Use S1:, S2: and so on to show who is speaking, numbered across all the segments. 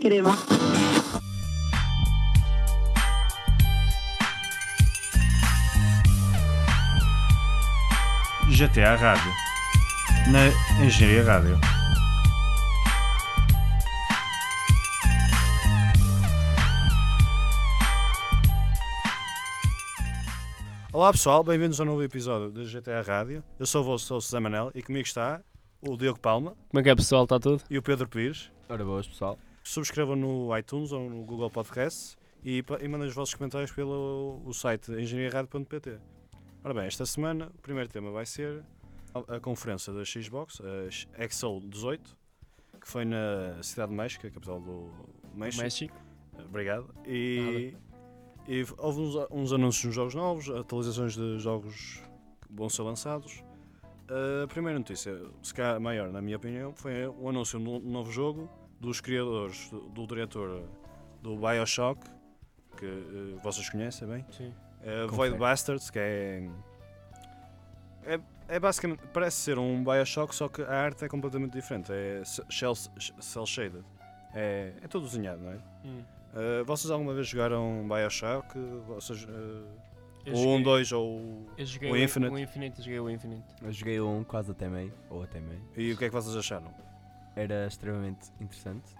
S1: crema.
S2: GTA Rádio. Na Engenharia Rádio. Olá pessoal, bem-vindos a um novo episódio do GTA Rádio. Eu sou o vosso host José Manel e comigo está o Diogo Palma
S3: Como é que é pessoal, está tudo?
S2: e o Pedro Pires.
S4: Ora boas, pessoal.
S2: Subscrevam no iTunes ou no Google Podcasts e, pa- e mandem os vossos comentários pelo o site engenharia.pt. Ora bem, esta semana o primeiro tema vai ser a, a conferência da Xbox, a X- Excel 18, que foi na Cidade de México, a capital do México.
S3: México.
S2: Obrigado. E, e houve uns, uns anúncios de jogos novos, atualizações de jogos que vão ser lançados. Eh, A primeira notícia, se calhar a maior na minha opinião, foi o anúncio de um novo jogo dos criadores, do, do diretor eh, do Bioshock, que eh, vocês conhecem bem,
S3: Sim.
S2: eh,
S4: Confere.
S2: Void Bastards, que é, é. É basicamente. Parece ser um Bioshock, só que a arte é completamente diferente. É ce- shell- cel shaded. É, é tudo desenhado, não é?
S3: Hum.
S2: Uh, vocês alguma vez jogaram Bioshock? Vocês, uh, ou um, dois, ou.
S3: Eu joguei
S2: o Infinite.
S3: O Infinite, eu joguei o Infinite.
S4: Eu joguei um quase até meio, ou até meio.
S2: E o que é que vocês acharam?
S4: Era extremamente interessante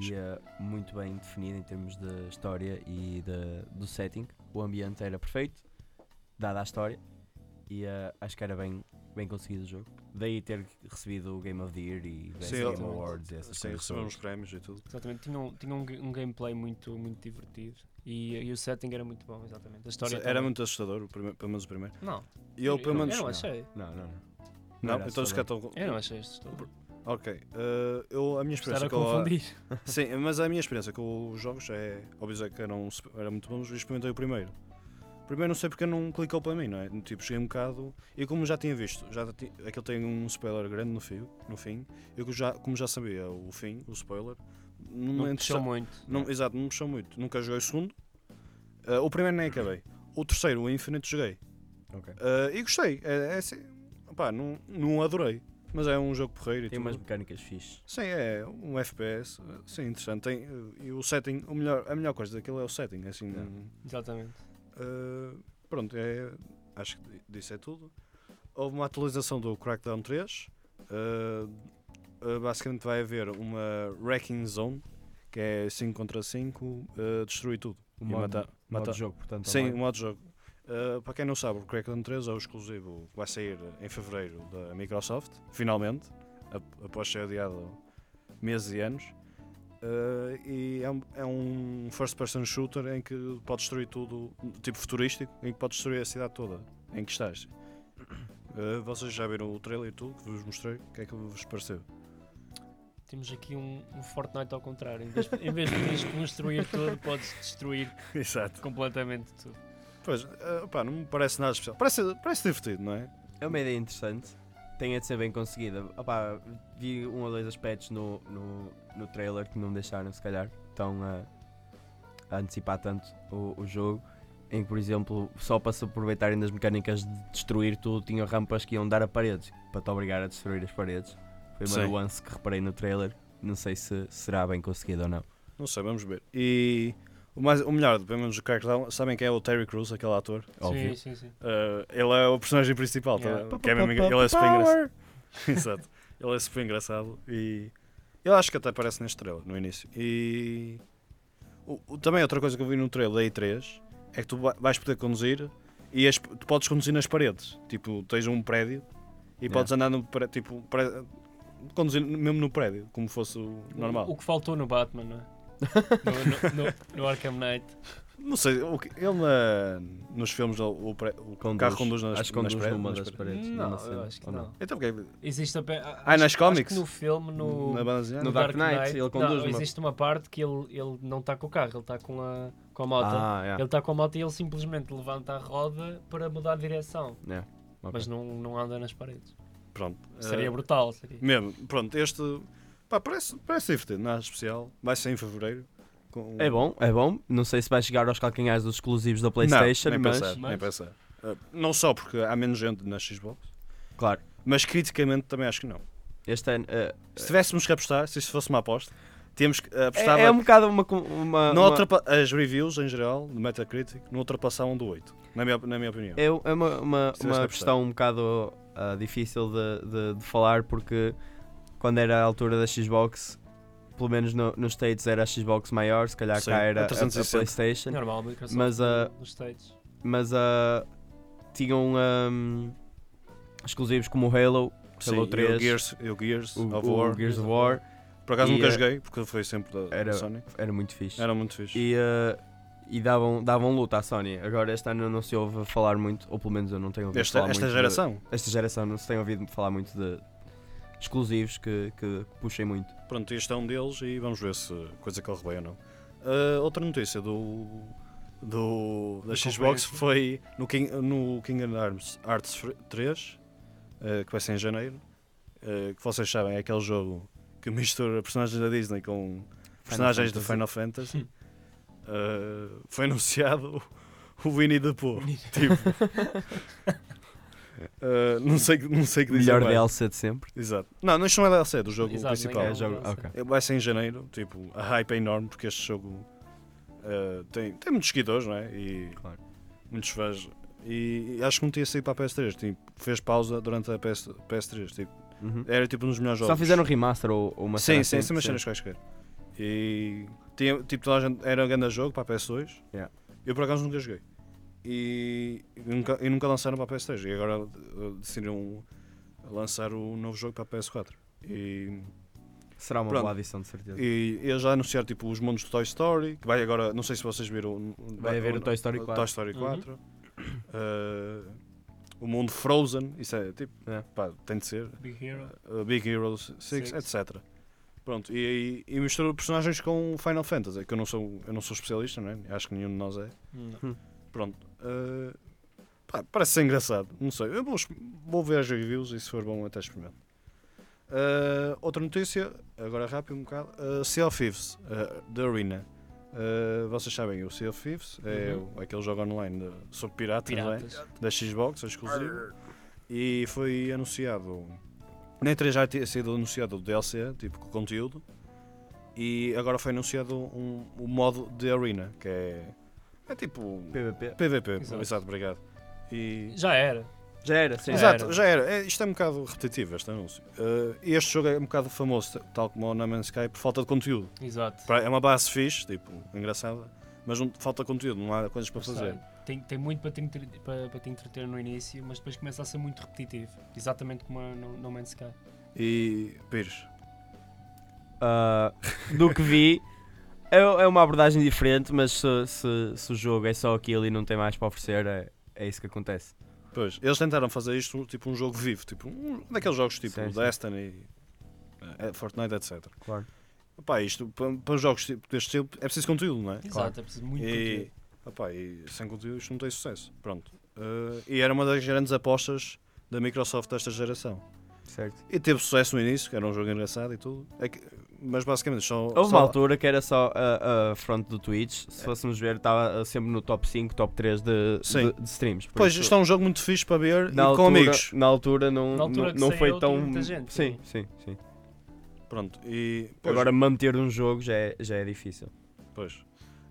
S4: e eh, muito bem definido em termos de história e de- do setting. O ambiente era perfeito, dada a história, e eh, acho que era bem, bem conseguido o jogo. Daí ter recebido o Game of the Year e Best
S2: Sim,
S4: Game
S2: exatamente.
S4: Awards e essas
S2: Sim,
S4: coisas.
S2: receberam os
S4: todas.
S2: prémios e tudo.
S3: Exatamente. Tinha um, tinha um, ga- um gameplay muito, muito divertido. E, e o setting era muito bom, exatamente. A história
S2: Era
S3: também.
S2: muito assustador, o primeiro- pelo menos o primeiro.
S3: Não.
S2: E eu, pelo menos.
S3: Eu um não
S4: não.
S3: achei.
S4: Não, não, não.
S2: Não,
S4: era
S2: então se calhar
S4: assustador.
S2: estão.
S3: Eu não achei isto. tudo.
S2: Ok. uh, eu, a minha
S3: Estar
S2: experiência
S3: a
S2: com a-
S3: confundir.
S2: Sim, mas é a minha experiência com os jogos é. Óbvio que eram, super- eram muito bons e experimentei o primeiro. O Primeiro não sei porque não clicou para mim, não é? Tipo, cheguei um bocado. E como já tinha visto, já ti- aquele tem um spoiler grande no, fio, no fim, eu que já, como já sabia o fim, o spoiler, não,
S3: Não
S2: me
S3: me
S2: interessa-
S3: puxou muito.
S2: não, Exato, não me puxou muito. Nunca joguei o segundo. Ah, o primeiro nem acabei. O terceiro, o Infinite, joguei.
S4: Ok.
S2: Ah, e gostei. É, é assim. Pá, não, não adorei. Mas é um jogo porreiro e
S4: Tem
S2: tudo.
S4: umas mecânicas fixe.
S2: Sim, é um FPS, sim, interessante. Tem, eh, e o setting, o melhor, a melhor coisa daquilo é o setting, assim.
S4: Yeah.
S2: um,
S3: Exatamente.
S2: eh, pronto, é, acho que di- disso é tudo. Houve uma atualização do Crackdown 3. eh, eh, basicamente vai haver uma Wrecking Zone, que é 5 contra 5, eh, destruir tudo.
S4: O
S2: E
S4: modo,
S2: matar-
S4: modo
S2: matar-
S4: jogo, portanto.
S2: Sim, o
S4: online.
S2: modo de jogo. Uh, para quem não sabe, o Crackdown 3 é o exclusivo que vai sair em fevereiro da Microsoft, finalmente, ap- após ser adiado meses e anos. Uh, e é um, é um first-person shooter em que pode destruir tudo, tipo futurístico, em que pode destruir a cidade toda em que estás. Uh, vocês já viram o trailer e tudo que vos mostrei? O que é que vos pareceu?
S3: Temos aqui um, um Fortnite ao contrário. Em vez, em vez de teres que construir tudo, podes destruir
S2: Exato.
S3: completamente tudo.
S2: Pois, uh, pá, não me parece nada especial. Parece, parece divertido, não é?
S4: É uma ideia interessante. Tem a de ser bem conseguida. Opá, vi um ou dois aspectos no, no, no trailer que não me deixaram, se calhar, tão a, a antecipar tanto o, o jogo. Em que, por exemplo, só para se aproveitarem das mecânicas de destruir tudo, tinham rampas que iam dar a paredes, para te obrigar a destruir as paredes. Foi uma
S2: Sim.
S4: nuance que reparei no trailer. Não sei se será bem conseguida ou não.
S2: Não sei, vamos ver. E o, mais, o melhor, pelo menos do Crackdown, sabem quem é o Terry Crews, aquele ator?
S4: Óbvio.
S3: Sim, sim, sim.
S2: Uh, ele é o personagem principal, tá?
S3: Yeah.
S2: Que é mesmo engra- ele é super engraçado. Exato. Ele é super engraçado e eu acho que até aparece neste trailer, no início. E o- o- também outra coisa que eu vi no trailer da E3 é que tu va- vais poder conduzir e as- tu podes conduzir nas paredes. Tipo, tens um prédio e
S4: Yeah.
S2: podes andar no prédio, tipo, pré- conduzir mesmo no prédio, como fosse o normal.
S3: O, o que faltou no Batman, não é? No, no- no- no Arkham Knight.
S2: Não sei, o que- ele na- nos filmes o, o pre- o
S4: Conduz.
S2: carro conduz nas,
S4: Acho que
S2: nas
S4: conduz
S2: paredes,
S4: numa
S2: nas
S4: das
S2: paredes.
S4: paredes.
S3: Não,
S4: numa
S3: eu
S4: cena,
S3: acho que
S4: ou
S3: não.
S2: Então porquê?
S3: Existe a pe-
S2: Ah, nas cómics?
S3: Acho que no filme, no,
S2: Na banda desenhada?
S4: No Dark Knight, ele conduz
S3: não,
S4: uma-
S3: existe uma parte que ele, ele não está com o carro, ele está com a, com a moto.
S4: Ah, yeah.
S3: então, Ele está com a moto e ele simplesmente levanta a roda para mudar de direção,
S4: Yeah, É. ok.
S3: mas não, não anda nas paredes.
S2: Pronto.
S3: Seria
S2: eh,
S3: brutal, seria.
S2: Mesmo, pronto, este pá, parece, parece divertido, nada especial. Vai ser em fevereiro. com- um-
S4: É bom, é bom. Não sei se vai chegar aos calcanhares dos exclusivos da
S2: Não,
S4: PlayStation,
S2: nem
S4: mas.
S2: pensar, nem
S3: mas-
S2: pensar. Eh, não só porque há menos gente na Xbox,
S4: Claro,
S2: mas criticamente também acho que não.
S4: este ano. eh,
S2: Se tivéssemos que apostar, se isso fosse uma aposta, Temos que apostar.
S4: É, é um bocado uma. co- uma,
S2: não
S4: uma-
S2: ultrapa- As reviews em geral, de Metacritic, não ultrapassavam do 8, na minha, na minha opinião.
S4: É, é uma, uma,
S2: Sim,
S4: uma
S2: sim,
S4: questão um bocado ah, difícil de, de- de falar porque quando era a altura da Xbox, pelo menos no- nos States era a Xbox maior, se calhar
S2: Sim,
S4: cá
S2: a
S4: era a, a
S2: 360.
S4: Playstation,
S3: Normal, Microsoft
S4: Mas, ah,
S3: nos States.
S4: mas ah, tinham ahm, exclusivos como o Halo,
S2: Sim,
S4: Halo
S2: e o
S4: 3,
S2: Gears, e o Gears
S4: o,
S2: of
S4: o
S2: War.
S4: Gears of War,
S2: Por acaso
S4: e,
S2: nunca
S4: eh,
S2: joguei, porque foi sempre da, da
S4: era-
S2: Sony.
S4: era muito fixe.
S2: Era muito fixe.
S4: E, ah, e davam, davam luta à Sony. Agora este ano não se ouve falar muito, ou pelo menos eu não tenho ouvido
S2: esta
S4: falar
S2: esta
S4: muito de-
S2: geração,
S4: esta geração não se tem ouvido falar muito de exclusivos que, que puxem muito.
S2: pronto, este é um deles e vamos ver se a coisa corre bem ou não. Ah, outra notícia do, do, da
S3: Da
S2: Xbox
S3: conferência.
S2: foi no King, no King and Arms Arts fr- 3, ah, que vai ser em janeiro, ah, que vocês sabem, é aquele jogo que mistura personagens da Disney com personagens do Final Fantasy. Ah, foi anunciado o Winnie the Pooh. tipo, ah, não, sei, não sei o que dizer.
S4: Melhor
S2: mais.
S4: DLC de sempre.
S2: Exato. Não, não isto não é DLC, é do jogo
S3: Exato, nem
S2: principal.
S3: é
S4: É, jogo,
S3: DLC.
S4: ok.
S2: Vai ser em janeiro, tipo, a hype é enorme porque este jogo eh, tem, tem muitos seguidores, não é? E
S4: Claro.
S2: muitos fãs. E, e acho que não tinha saído para a PS3, tipo, fez pausa durante a PS, PS3. Tipo,
S4: Uhum.
S2: era tipo um dos melhores jogos.
S4: Só fizeram remaster ou, ou uma
S2: Sim,
S4: cena
S2: sim,
S4: assim,
S2: sim, umas cenas quaisquer. E tinha, tipo, toda a gente, era um grande jogo para a PS2.
S4: Yeah.
S2: Eu por acaso nunca joguei. E e nunca, e nunca lançaram para a PS3. E agora eh, decidiram lançar o novo jogo para a PS4. E
S4: Será uma
S2: Pronto.
S4: boa adição, de certeza.
S2: e eles já anunciaram tipo os mundos do Toy Story, que vai agora, não sei se vocês viram.
S4: Vai haver o Toy Story 4.
S2: Toy Story
S3: Uhum.
S2: 4. Eh, o mundo Frozen, isso é tipo,
S4: É.
S2: pá, tem de ser.
S3: Big Hero.
S2: Eh, Big Hero 6,
S3: Six.
S2: etc. Pronto, e, e, e misturou personagens com Final Fantasy, que eu não sou, eu não sou especialista, não é? acho que nenhum de nós é.
S3: Não.
S2: Pronto. eh, pá, parece ser engraçado. Não sei. Eu vou, exp- vou ver as reviews e se for bom até experimento. Eh, outra notícia, agora rápido um bocado. eh, sea of Thieves, eh, da Arena. Eh, vocês sabem, o Sea of Thieves é
S3: Uhum.
S2: o- aquele jogo online de- sobre piratas, não é?
S3: Piratas.
S2: da Xbox, é exclusivo. E foi anunciado. Nem 3 já tinha sido anunciado o DLC, tipo com conteúdo. E agora foi anunciado um, o modo de Arena, que é. É tipo.
S4: PVP.
S2: PVP,
S3: Exato.
S2: exato, obrigado. E...
S3: Já era.
S4: Já era, sim.
S3: Já
S2: Exato,
S3: era.
S2: já era. É, isto é um bocado repetitivo, este anúncio. Eh, este jogo é um bocado famoso, t- tal como o No Man's Sky, por falta de conteúdo.
S3: Exato.
S2: Pra- É uma base fixe, tipo, engraçada, mas não, falta conteúdo, não há coisas para fazer.
S3: Tem, tem muito para te, entre- para, para te entreter no início, mas depois começa a ser muito repetitivo. Exatamente como a no, no Man's Sky.
S2: E. Pires.
S4: Ah, do que vi, é, é uma abordagem diferente, mas se, se- se o jogo é só aquilo e não tem mais para oferecer, é, é isso que acontece.
S2: Pois, eles tentaram fazer isto tipo um jogo vivo, tipo um daqueles jogos tipo
S4: Sim, sim.
S2: Destiny, eh, Fortnite, etc.
S4: Claro.
S2: Pá, isto para, para jogos tipo deste estilo é preciso conteúdo, não é?
S3: Exato, é preciso muito
S2: E,
S3: conteúdo.
S2: opá, e sem conteúdo isto não tem sucesso. Pronto. Eh, e era uma das grandes apostas da Microsoft desta geração.
S4: Certo.
S2: E teve sucesso no início, que era um jogo engraçado e tudo. É que- mas basicamente só.
S4: Houve
S2: só- É.
S4: uma altura que era só a, a front do Twitch. Se fôssemos ver, estava sempre no top 5, top 3 de,
S2: Sim.
S4: de- de streams. Por
S2: Pois,
S4: isso-
S2: isto é um jogo muito fixe para ver e
S4: na altura,
S2: com amigos.
S4: Na altura não,
S3: Na altura
S4: não-
S3: que
S4: não,
S3: saiu
S4: foi
S3: tinha
S4: tão.
S3: muita gente, né?
S4: sim,
S3: não
S4: sim, sim.
S2: Pronto. E, pois,
S4: Agora manter um jogo já é, já é difícil.
S2: Pois.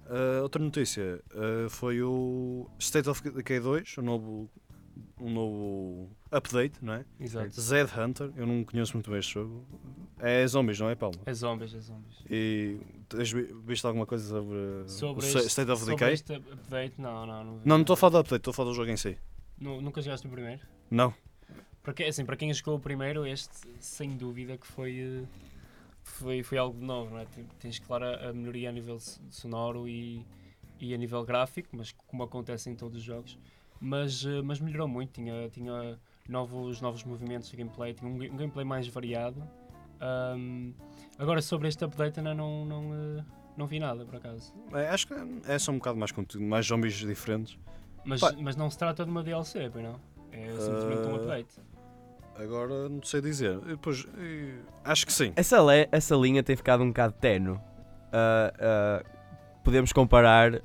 S2: Ah, outra notícia ah, foi o State of Decay 2, um novo, um novo update, não é?
S3: Exato.
S2: Zed Hunter, eu não conheço muito bem este jogo. É zombies, não é, Paulo?
S3: É zombies, é zombies.
S2: E tens vi- visto alguma coisa sobre,
S3: Sobre
S2: o
S3: este-
S2: Sta- State of
S3: Sobre
S2: Decay?
S3: este update, não, não. Não, vi
S2: Não, não estou a
S3: nada.
S2: falar do update, estou a falar do jogo em si.
S3: Nu- Nunca jogaste o primeiro?
S2: Não.
S3: Para quem, assim, para quem jogou o primeiro, este, sem dúvida, que foi, eh, foi, foi algo de novo, não é? Tem- Tens, claro, a- a melhoria a nível so- sonoro e, e a nível gráfico, mas como acontece em todos os jogos. Mas, eh, mas melhorou muito, tinha, tinha novos, novos movimentos de gameplay, tinha um, ga- um gameplay mais variado. Ahm, agora, sobre este update, ainda não, não, eh, não vi nada, por acaso.
S2: É, acho que é só um bocado mais conteúdo, mais zombies diferentes.
S3: Mas,
S2: Pá.
S3: mas não se trata de uma DLC, pois não? É simplesmente um
S2: Eh,
S3: update.
S2: Agora não sei dizer. E depois, e- acho que sim.
S4: Essa, le- essa linha tem ficado um bocado tenue. Ah, ah, podemos comparar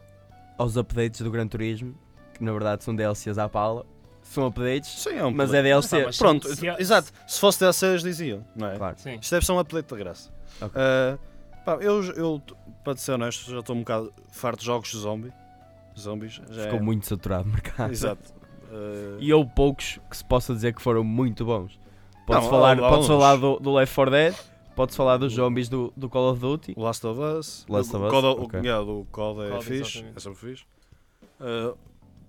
S4: aos updates do Gran Turismo, que na verdade são DLCs à pala. São updates,
S2: Sim, é um
S4: mas é
S2: update.
S4: DLC.
S3: mas-
S2: Pronto,
S3: Se há-
S2: exato. Se fosse DLC, eles diziam, não é?
S4: Claro.
S3: Sim.
S2: Isto deve ser um update de graça.
S4: Ok.
S2: Ah, Pá, eu, eu para ser honesto, já estou um bocado farto de jogos de zombie. Zombies. Já
S4: Ficou
S2: é-
S4: muito saturado o mercado.
S2: Exato. Eh,
S4: E houve poucos que se possa dizer que foram muito bons. Podes
S2: Não,
S4: falar,
S2: há- há
S4: podes
S2: uns.
S4: falar do, do Left 4 Dead, podes falar dos zombies do, do Call of Duty.
S2: O Last of Us.
S4: Last
S2: o
S4: of Us,
S2: COD,
S4: ok.
S2: o, yeah, do COD é
S3: COD,
S2: fixe.
S3: exatamente.
S2: É sempre fixe. Uh,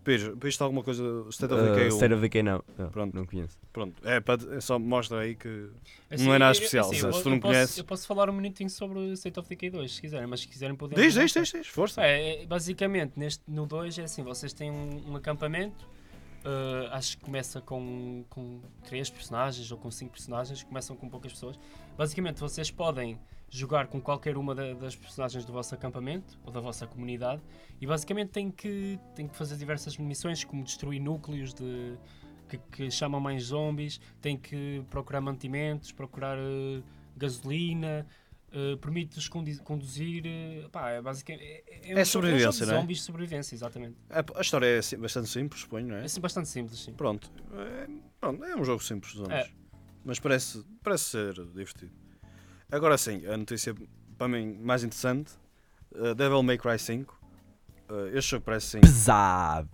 S2: Pires, viste alguma coisa? State of Decay 1.
S4: Uh, State of Decay não. não.
S2: é Pronto.
S4: Não conheço.
S2: Pronto. É, para, é só mostra aí que.
S3: Assim,
S2: Não é nada
S3: eu-
S2: especial,
S3: assim,
S2: se
S3: eu-
S2: tu
S3: eu
S2: não
S3: posso-
S2: conheces.
S3: Eu posso falar um minutinho sobre o State of Decay 2, se quiserem, mas se quiserem podemos.
S2: Diz, diz,
S3: avançar.
S2: diz, diz. Força.
S3: É, é, basicamente, neste, no 2 é assim: vocês têm um, um acampamento, eh, acho que começa com, com 3 personagens ou com 5 personagens, começam com poucas pessoas. Basicamente, vocês podem jogar com qualquer uma da- das personagens do vosso acampamento ou da vossa comunidade e basicamente têm que, têm que fazer diversas missões, como destruir núcleos de. Que, que chamam mais zombies, têm que procurar mantimentos, procurar eh, gasolina, eh, permite-vos condi- conduzir. eh, pá, é basicamente. É, é um
S2: É
S3: jogo- um jogo de
S2: sobrevivência, não é?
S3: Zombies de sobrevivência, exatamente.
S2: A, a história é assim, bastante simples, suponho, não
S3: É
S2: é?
S3: assim bastante simples, sim.
S2: Pronto. É, pronto, é um jogo simples de zombies.
S3: É.
S2: Mas parece, parece ser divertido. Agora sim, a notícia para mim mais interessante: uh, Devil May Cry 5. Uh, este jogo parece sim.
S4: Pesado.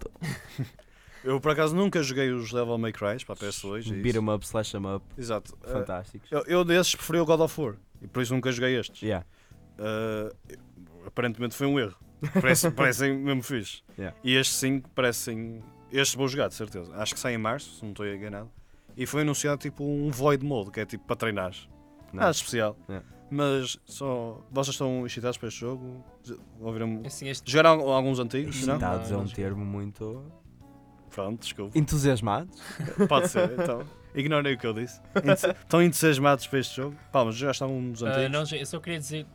S2: Eu por acaso nunca joguei os Devil May Cry para PS2. e isso.
S4: Beat 'em up, slash 'em up.
S2: Exato. Uh,
S4: Fantásticos.
S2: Eu, eu desses preferi o God of War e por isso nunca joguei estes.
S4: Yeah.
S2: Ah, aparentemente foi um erro. Parece- parecem mesmo fixe.
S4: Yeah.
S2: E estes sim parecem. Estes vou jogar, de certeza. Acho que sai em março, se não estou enganado. E foi anunciado tipo um Void Mode, que é tipo para treinar. Nada de especial.
S4: Yeah.
S2: Mas só. Vocês estão excitados para este jogo? Z- Ouviram-me.
S3: Assim, este
S2: Jogaram al- alguns antigos? Não?
S3: Excitado.
S4: Excitados é
S3: Não,
S4: um
S3: não
S4: termo muito.
S2: Pronto, desculpa.
S4: Entusiasmados.
S2: Pode ser, então. Ignorem o que eu disse. Entus- Estão entusiasmados para este jogo? Pá, mas jogaste algum dos
S3: Ah,
S2: antigos?
S3: não, eu só queria dizer,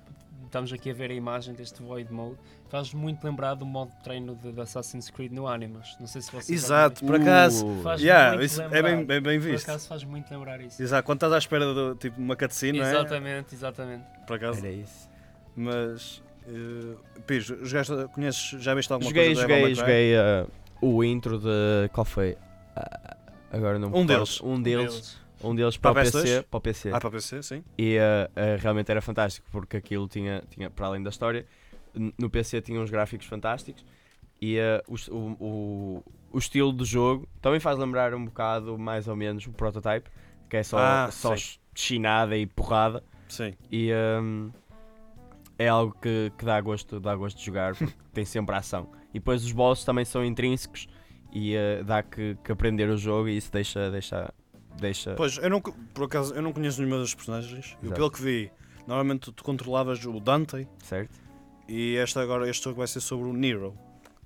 S3: estamos aqui a ver a imagem deste Void Mode, faz muito lembrar do modo de treino de, de Assassin's Creed no Animus. Não sei se vocês. já
S2: Exato, por acaso.
S4: Uh,
S3: Faz-
S2: Yeah,
S3: muito
S2: isso é
S3: lembrar.
S2: bem, bem, bem
S3: viram. Por
S2: visto.
S3: acaso faz muito lembrar isso.
S2: Exato, quando estás à espera de tipo, uma cutscene, não é?
S3: Exatamente, exatamente.
S2: Por acaso.
S4: Era isso.
S2: Mas. eh, Pires, jogaste, conheces, já viste alguma
S4: Joguei,
S2: coisa? do
S4: joguei,
S2: Devil May Cry?
S4: joguei uh, o intro de. Qual foi? Ah, agora não me
S2: Um
S4: recordo.
S2: deles.
S4: Um deles. Um deles para
S2: Para
S4: o
S2: PS2?
S4: PC. Para o PC.
S2: Ah, para PC, sim.
S4: E ah, ah, realmente era fantástico, porque aquilo tinha, tinha, para além da história, n- no PC tinha uns gráficos fantásticos e ah, o, s- o- o- o estilo do jogo também faz lembrar um bocado, mais ou menos, o prototype, que é só,
S2: Ah,
S4: só
S2: sim.
S4: ch- chinada e porrada.
S2: Sim.
S4: E ah, é algo que, que dá, gosto, dá gosto de jogar, porque tem sempre ação. E depois os bosses também são intrínsecos e ah, dá que, que aprender o jogo e isso deixa. deixa, deixa
S2: Pois, eu não, co- por acaso, eu não conheço nenhuma das personagens. E
S4: É. Exato.
S2: pelo que vi, normalmente tu- tu controlavas o Dante
S4: certo?
S2: e este agora, este jogo vai ser sobre o Nero.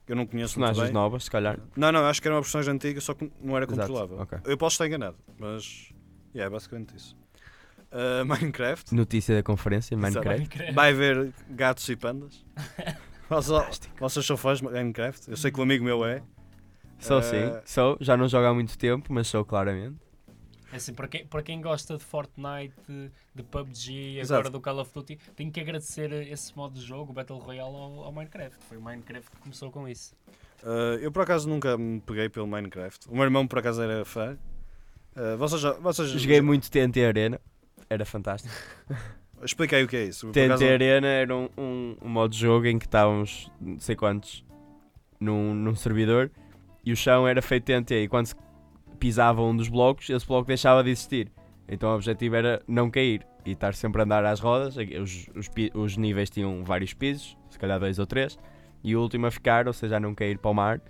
S2: que Eu não conheço muito
S4: Personagens
S2: bem.
S4: novas, se calhar.
S2: Não, não, acho que era uma personagem antiga, só que não era
S4: Exato,
S2: controlável.
S4: ok.
S2: Eu posso estar enganado, mas. Yeah, é basicamente isso. Ah, Minecraft.
S4: Notícia da conferência, Minecraft.
S3: Minecraft.
S2: Vai ver gatos e pandas? Vocês, vocês são fãs de Minecraft? Eu sei que um amigo meu é.
S4: Sou
S2: Eh,
S4: sim, sou. Já não jogo há muito tempo, mas sou claramente.
S3: É Assim, para, quem, para quem gosta de Fortnite, de, de PUBG,
S2: Exato.
S3: agora do Call of Duty, tenho que agradecer esse modo de jogo, o Battle Royale, ao, ao Minecraft. Foi o Minecraft que começou com isso.
S2: Uh, eu por acaso nunca me peguei pelo Minecraft. O meu irmão por acaso era fã. Uh, vocês já. Vocês
S4: Joguei muito TNT Arena, era fantástico.
S2: Expliquei o que é isso. Por
S4: TNT
S2: acaso-
S4: Arena era um, um, um modo de jogo em que estávamos, não sei quantos, num, num servidor e o chão era feito TNT. E quando se pisava um dos blocos, esse bloco deixava de existir. Então o objetivo era não cair e estar sempre a andar às rodas. Os, os, pi- os níveis tinham vários pisos, se calhar dois ou três, e o último a ficar, ou seja, a não cair para o mar,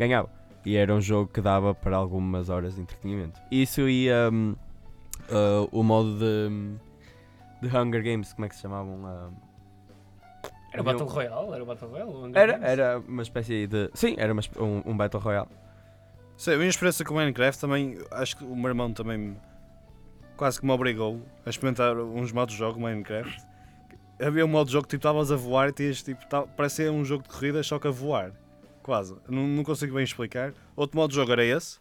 S4: ganhava. E era um jogo que dava para algumas horas de entretenimento. Isso e hum, ah, o modo de, de Hunger Games, como é que se chamavam? Ah,
S3: Era o
S4: Havia
S3: Battle
S4: um-
S3: Royale? Era o Battle Royale? o Hunger
S4: era,
S3: Games?
S4: era uma espécie de. Sim, era uma esp- um, um Battle Royale.
S2: Sei, a minha experiência com Minecraft também. Acho que o meu irmão também me- quase que me obrigou a experimentar uns modos de jogo Minecraft. Havia um modo de jogo que tipo, estavas a voar e tinhas tipo. tal- parecia um jogo de corrida, só que a voar. Quase. Não, não consigo bem explicar. Outro modo de jogo era esse.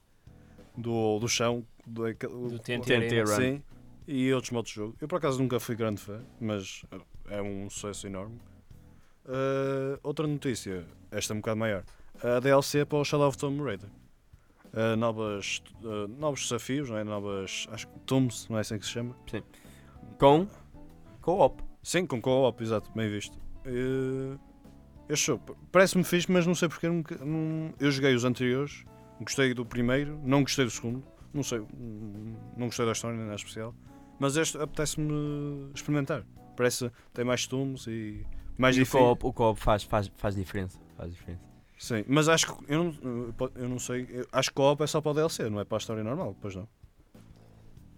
S2: Do, do chão. Do,
S3: Do TNT.
S4: TNT Run.
S2: Sim. E outros modos de jogo. Eu por acaso nunca fui grande fã, mas é um sucesso enorme. Ah, outra notícia, esta é um bocado maior. A DLC é para o Shadow of Tomb Raider. Ah, novas, ah, novos desafios, não é? Novas. Acho que tombs, não é assim que se chama.
S4: Com. Com op.
S2: Sim, com co-op, exato, bem visto. Eh, eu sou, p- parece-me fixe, mas não sei porque nunca- não- eu joguei os anteriores, gostei do primeiro, não gostei do segundo, não sei, hum, não gostei da história, nem nada especial, mas este apetece-me experimentar. Parece tem mais tumos e mais
S4: E o
S2: difícil.
S4: co-op, o co-op faz, faz, faz diferença. Faz diferença.
S2: Sim, mas acho que eu não, eu não sei, eu acho que co-op é só para o DLC, não é para a história normal, pois não.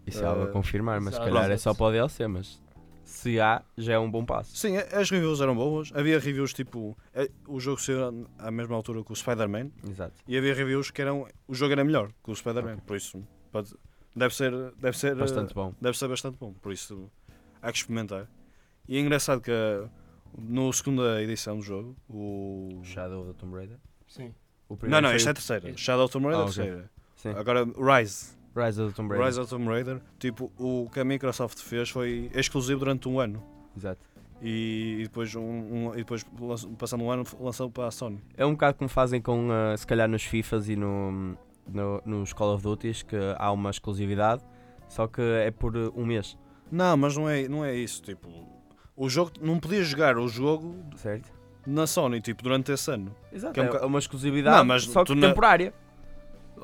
S4: Isso é algo
S2: Eh,
S4: a confirmar, mas se
S3: exato.
S4: calhar é só para o DLC, mas se há, já é um bom passo.
S2: Sim, a- as reviews eram boas. Havia reviews tipo. eh, O jogo saiu à mesma altura que o Spider-Man.
S4: Exato.
S2: E havia reviews que eram. O jogo era melhor que o Spider-Man, por isso pode- deve ser. Deve ser eh,
S4: Bastante bom.
S2: Deve ser bastante bom, por isso há que experimentar. E é engraçado que eh, no segunda edição do jogo, o.
S4: Shadow of the Tomb Raider.
S3: Sim.
S4: O primeiro
S2: Não, não,
S4: foi
S2: isto é a
S4: o-
S2: terceira. Shadow of Tomb Raider é
S4: Ah,
S2: a
S4: ok.
S2: terceira.
S4: Sim.
S2: Agora, Rise.
S4: Rise of the Tomb Raider.
S2: Rise of Tomb Raider. Tipo, o que a Microsoft fez foi exclusivo durante um ano.
S4: Exato.
S2: E, e depois, um, um- e depois lançou- passando um ano, lançou para a Sony.
S4: É um bocado como fazem com, ah, se calhar, nos FIFAs e no, no, nos Call of Duties, que há uma exclusividade, só que é por ah, um mês,
S2: Não, mas não é, não é isso. Tipo, o jogo não podia jogar o jogo
S4: certo?
S2: na Sony tipo, durante esse ano.
S4: Exato.
S2: Que é um
S4: é
S2: boca-
S4: uma exclusividade,
S2: Não, mas
S4: só que
S2: tu na-
S4: temporária.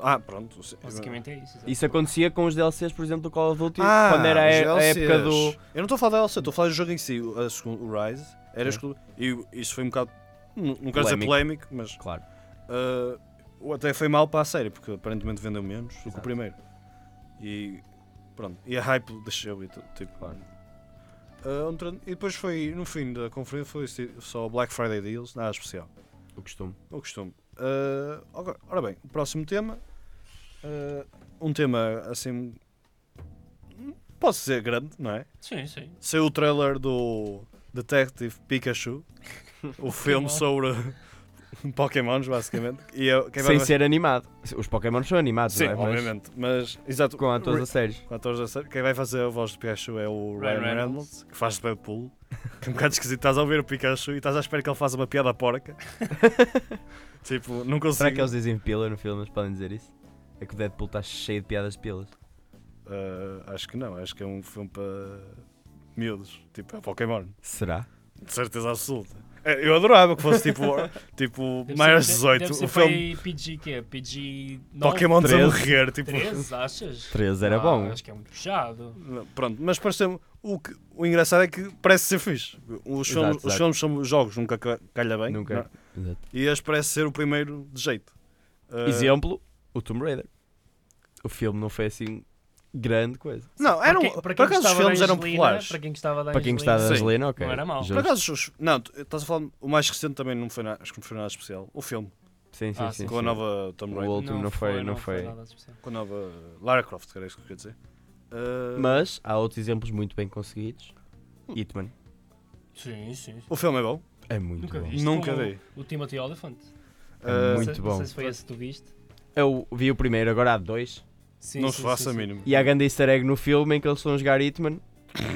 S2: Ah, pronto. sim.
S3: Basicamente é isso. exato.
S4: Isso acontecia com os DLCs, por exemplo, do Call of Duty,
S2: Ah,
S4: tipo, quando era a,
S2: os
S4: a época do...
S2: DLCs. Eu não estou a falar da DLC, estou a falar do jogo em si. O, a segun- o Rise era
S4: Sim.
S2: exclu... E isso foi um bocado. Não não quero dizer polémico, mas.
S4: Claro.
S2: ah, o- até foi mal para a série, porque aparentemente vendeu menos do que o
S4: Exato.
S2: primeiro. E. Pronto. E a hype desceu e tu- tipo.
S4: Claro.
S2: Ah, outra- e depois foi. No fim da conferência foi só Black Friday Deals, nada especial.
S4: O costume.
S2: É O costume. Ah, agora, ora bem, o próximo tema. ah, um tema assim. Posso dizer grande, não é?
S3: Sim, sim.
S2: Saiu o trailer do Detective Pikachu, o filme sobre Pokémons, basicamente. E eu, quem vai-
S4: Sem ser animado. Os Pokémon são animados,
S2: Sim,
S4: não é? Mas
S2: obviamente. Mas, exato.
S4: Com atores a sério.
S2: com atores a sério. Quem vai fazer a voz de Pikachu é o
S3: Ryan
S2: Ryan,
S3: Reynolds.
S2: Reynolds, que faz de Deadpool. Que é um bocado esquisito. Estás a ouvir o Pikachu e estás à espera que ele faça uma piada porca. tipo, não consigo.
S4: Será que eles dizem pila no filme? Eles podem dizer isso? É que o Deadpool está cheio de piadas de pilas.
S2: Uh, acho que não, acho que é um filme para miúdos, tipo é Pokémon,
S4: Será?
S2: de certeza absoluta. É, Eu adorava que fosse tipo, tipo
S3: Deve
S2: mais
S3: ser-
S2: 18,
S3: deve ser
S2: o filme
S3: para aí PG que é? PG
S2: Pokémon a
S4: 13.
S2: morrer, tipo,
S3: 3, achas?
S4: 13 era
S3: Ah,
S4: bom.
S3: Acho que é muito puxado.
S2: Não, pronto, mas pareceu o, que- o engraçado é que parece ser fixe. Os,
S4: Exato,
S2: filmes, os
S4: exato.
S2: filmes são jogos, nunca ca- calha bem,
S4: Nunca.
S2: não? é?
S4: Exato.
S2: e este parece ser o primeiro de jeito. Uh,
S4: Exemplo, o Tomb Raider. O filme não foi assim grande coisa.
S2: Não, eram,
S3: Para quem- para
S2: por
S3: quem
S2: acaso os
S3: gostava da
S2: filmes eram
S3: Angelina,
S2: populares.
S3: Para quem gostava da
S4: Para quem
S3: Angelina,
S4: gostava da
S2: Sim.
S4: Angelina, ok.
S3: Não era mau.
S4: justo.
S2: Por acaso, os- não, tu- estás a falar, o mais recente também não foi nada, acho que não foi nada especial. O filme,
S4: Sim, sim,
S3: Ah,
S4: sim.
S3: sim.
S2: com a
S4: sim.
S2: nova Tomb Raider.
S4: O último não foi- não foi.
S3: nada de especial.
S2: com a nova Lara Croft, que era isso que eu queria dizer. Uh,
S4: Mas há outros exemplos muito bem conseguidos. Hitman.
S3: Sim, sim. sim.
S2: O filme é bom?
S4: É muito
S3: Nunca
S4: bom.
S3: vi. Isto
S2: Nunca
S3: com
S2: vi.
S3: O Timothy Oliphant.
S4: É
S2: Uh,
S3: Não
S4: muito
S3: sei-
S4: bom.
S3: Não sei se foi esse que tu viste.
S4: Eu vi o primeiro, agora há dois.
S3: Sim,
S2: não
S3: sim,
S2: se faça
S3: sim,
S2: a
S3: sim.
S2: mínimo.
S4: E há grande easter egg no filme em que eles estão a jogar Hitman,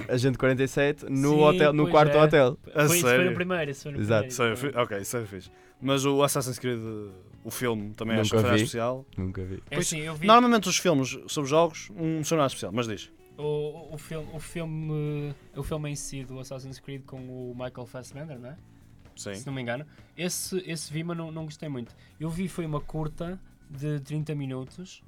S4: Agente 47, no,
S3: Sim,
S4: hotel, no
S3: pois
S4: quarto
S3: é.
S4: do hotel.
S2: A
S3: Foi, isso foi
S2: sério?
S3: no primeiro, isso foi no
S4: Exato.
S2: Isso é
S3: primeiro.
S2: fi- ok, isso é fixe. Mas o Assassin's Creed, uh, o filme, também acho que foi
S4: Nunca
S2: nada
S4: vi.
S2: especial.
S4: Nunca vi.
S3: É assim, eu vi
S2: Normalmente os filmes sobre jogos um não são nada especial, mas diz.
S3: o, o, filme, o, filme, o filme em si do Assassin's Creed com o Michael Fassbender, não é?
S2: Sim.
S3: se não me engano. Esse, esse vi, mas não, não gostei muito. Eu vi foi uma curta de 30 minutos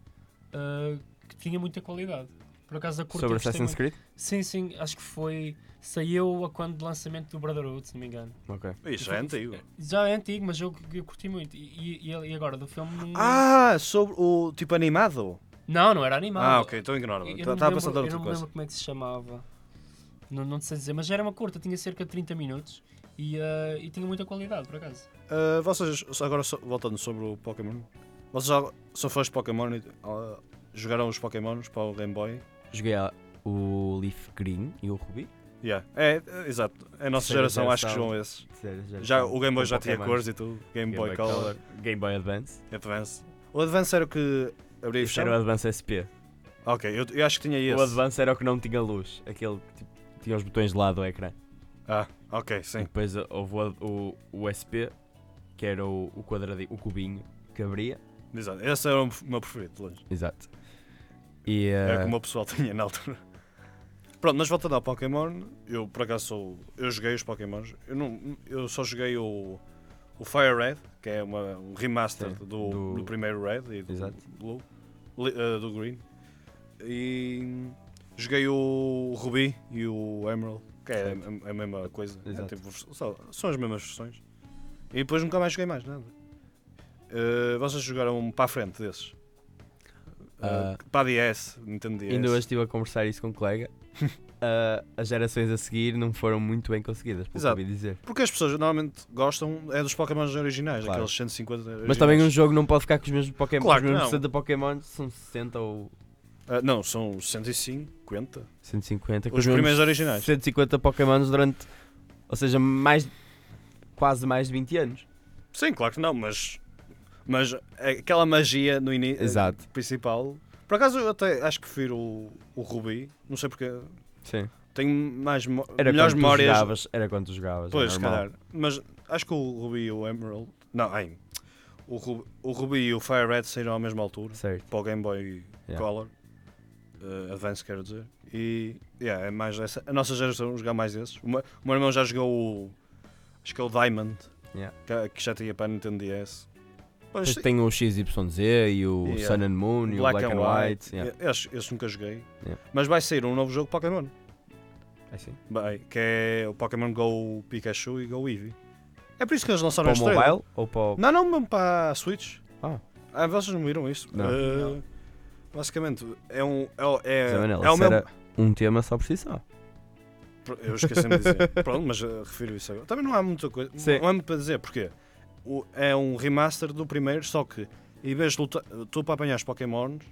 S3: ah, que tinha muita qualidade. Por acaso a curta
S4: Sobre
S3: eu gostei
S4: Assassin's
S3: muito.
S4: Creed?
S3: Sim, sim, acho que foi. Saiu a quando do lançamento do Brotherhood, se não me engano.
S4: Ok.
S2: Isso é antigo.
S3: Já é antigo, mas eu, eu curti muito. E, e, e agora do filme. não-
S2: Ah, sobre o tipo animado?
S3: Não, não era animado.
S2: Ah, ok, então ignora.
S3: Eu- eu não me
S2: Estava a
S3: lembro-
S2: pensar de outra
S3: Eu não me lembro
S2: coisa.
S3: como é que se chamava. Não, não sei dizer, mas era uma curta, tinha cerca de 30 minutos e, ah, e tinha muita qualidade, por acaso.
S2: Uh, vocês, só agora só- voltando sobre o Pokémon, vocês já são fãs de Pokémon e uh, jogaram os Pokémons para o Game Boy?
S4: Joguei a- o Leaf Green e o Ruby.
S2: Yeah. É, é, exato. É a nossa
S4: Terceira
S2: geração, acho que
S4: geração.
S2: jogam esses.
S4: Sério,
S2: Já,
S4: são-
S2: o Game Boy
S4: são
S2: já tinha
S4: Pokémons.
S2: cores e tudo. Game,
S4: Game
S2: Boy, Color,
S4: Game Boy Advance.
S2: Advance. O Advance era o que abria e
S4: Este era o
S2: fechava?
S4: Advance SP.
S2: Ok, eu, eu acho que tinha esse.
S4: O Advance era o que não tinha luz. Aquele que tipo, tinha os botões de lado do ecrã.
S2: Ah, ok,
S4: E
S2: sim.
S4: depois eh, houve o, ad- o, o SP, que era o, o quadradinho, o cubinho que abria.
S2: Exato. Esse era o meu preferido, de longe.
S4: Exato. E,
S2: Era
S4: eh,
S2: como o pessoal tinha na altura. Pronto, mas voltando ao Pokémon, eu por acaso sou. Eu joguei os Pokémons. Eu, não, eu só joguei o, o Fire Red, que é uma, um remaster
S4: Sim,
S2: do,
S4: do-
S2: do primeiro Red e do
S4: Exato.
S2: Blue. li- eh, do Green. E joguei o Ruby e o Emerald, que é a, a mesma coisa. É
S4: Exato.
S2: tipo, só- são as mesmas versões. E depois nunca mais joguei mais nada. Eh, vocês jogaram para a frente desses?
S4: Ah.
S2: Eh, para a DS, Nintendo DS.
S4: Ainda hoje estive a conversar isso com um colega. Ah, as gerações a seguir não foram muito bem conseguidas, pelo
S2: Exato.
S4: que ouvi dizer.
S2: Porque as pessoas normalmente gostam é dos Pokémons originais,
S4: Claro.
S2: aqueles 150 originais.
S4: Mas também um jogo não pode ficar com os mesmos Pokémon.
S2: Claro
S4: os
S2: que
S4: mesmos
S2: não.
S4: 60 Pokémon são 60 ou
S2: Ah, não, são 150.
S4: 150. com
S2: Os
S4: mesmos
S2: primeiros originais.
S4: 150 Pokémons durante. Ou seja, mais. Quase mais de 20 anos.
S2: Sim, claro que não, mas... Mas é aquela magia no início
S4: Exato.
S2: principal... Por acaso eu até acho que prefiro o, o Ruby, não sei porque...
S4: Sim.
S2: Tenho mais mo-
S4: Era
S2: melhores
S4: quando tu
S2: memórias...
S4: jogavas. Era quando tu jogavas. é
S2: Pois, se
S4: normal.
S2: calhar. Mas acho que o Ruby e o Emerald... Não, ai, o, Ru- o Ruby e o Fire Red saíram à mesma altura.
S4: Certo.
S2: para o Game Boy
S4: Yeah.
S2: Color eh, Advance, quero dizer. E yeah, é mais essa. A nossa geração jogar mais desses. O meu, o meu irmão já jogou o. Acho que é o Diamond,
S4: Yeah.
S2: que, que já tinha para a Nintendo DS. Pois,
S4: Depois tem o XYZ e o
S2: Yeah.
S4: Sun and Moon e o Black and White. Yeah.
S2: eh, Esse, esse nunca joguei.
S4: Yeah.
S2: Mas vai sair um novo jogo Pokémon.
S4: É assim.
S2: Vai, que é o Pokémon Go Pikachu e Go Eevee. É por isso que eles lançaram
S4: Para o
S2: este trailer.
S4: mobile ou para o.
S2: Não, não, mesmo para a Switch.
S4: Ah.
S2: Ah, vocês não viram isso?
S4: Não.
S2: Eh,
S3: Não.
S2: Basicamente, é um. É, o- é,
S4: Zé Manel,
S2: é o
S4: isso
S2: mesmo.
S4: era um tema só por si só.
S2: Pro- Eu esqueci-me de dizer. Pronto, mas eh, refiro isso agora. Também não há muita coisa.
S4: Sim.
S2: Não há muito para dizer, porque o- é um remaster do primeiro, só que em vez de luta- tu para apanhar os Pokémons,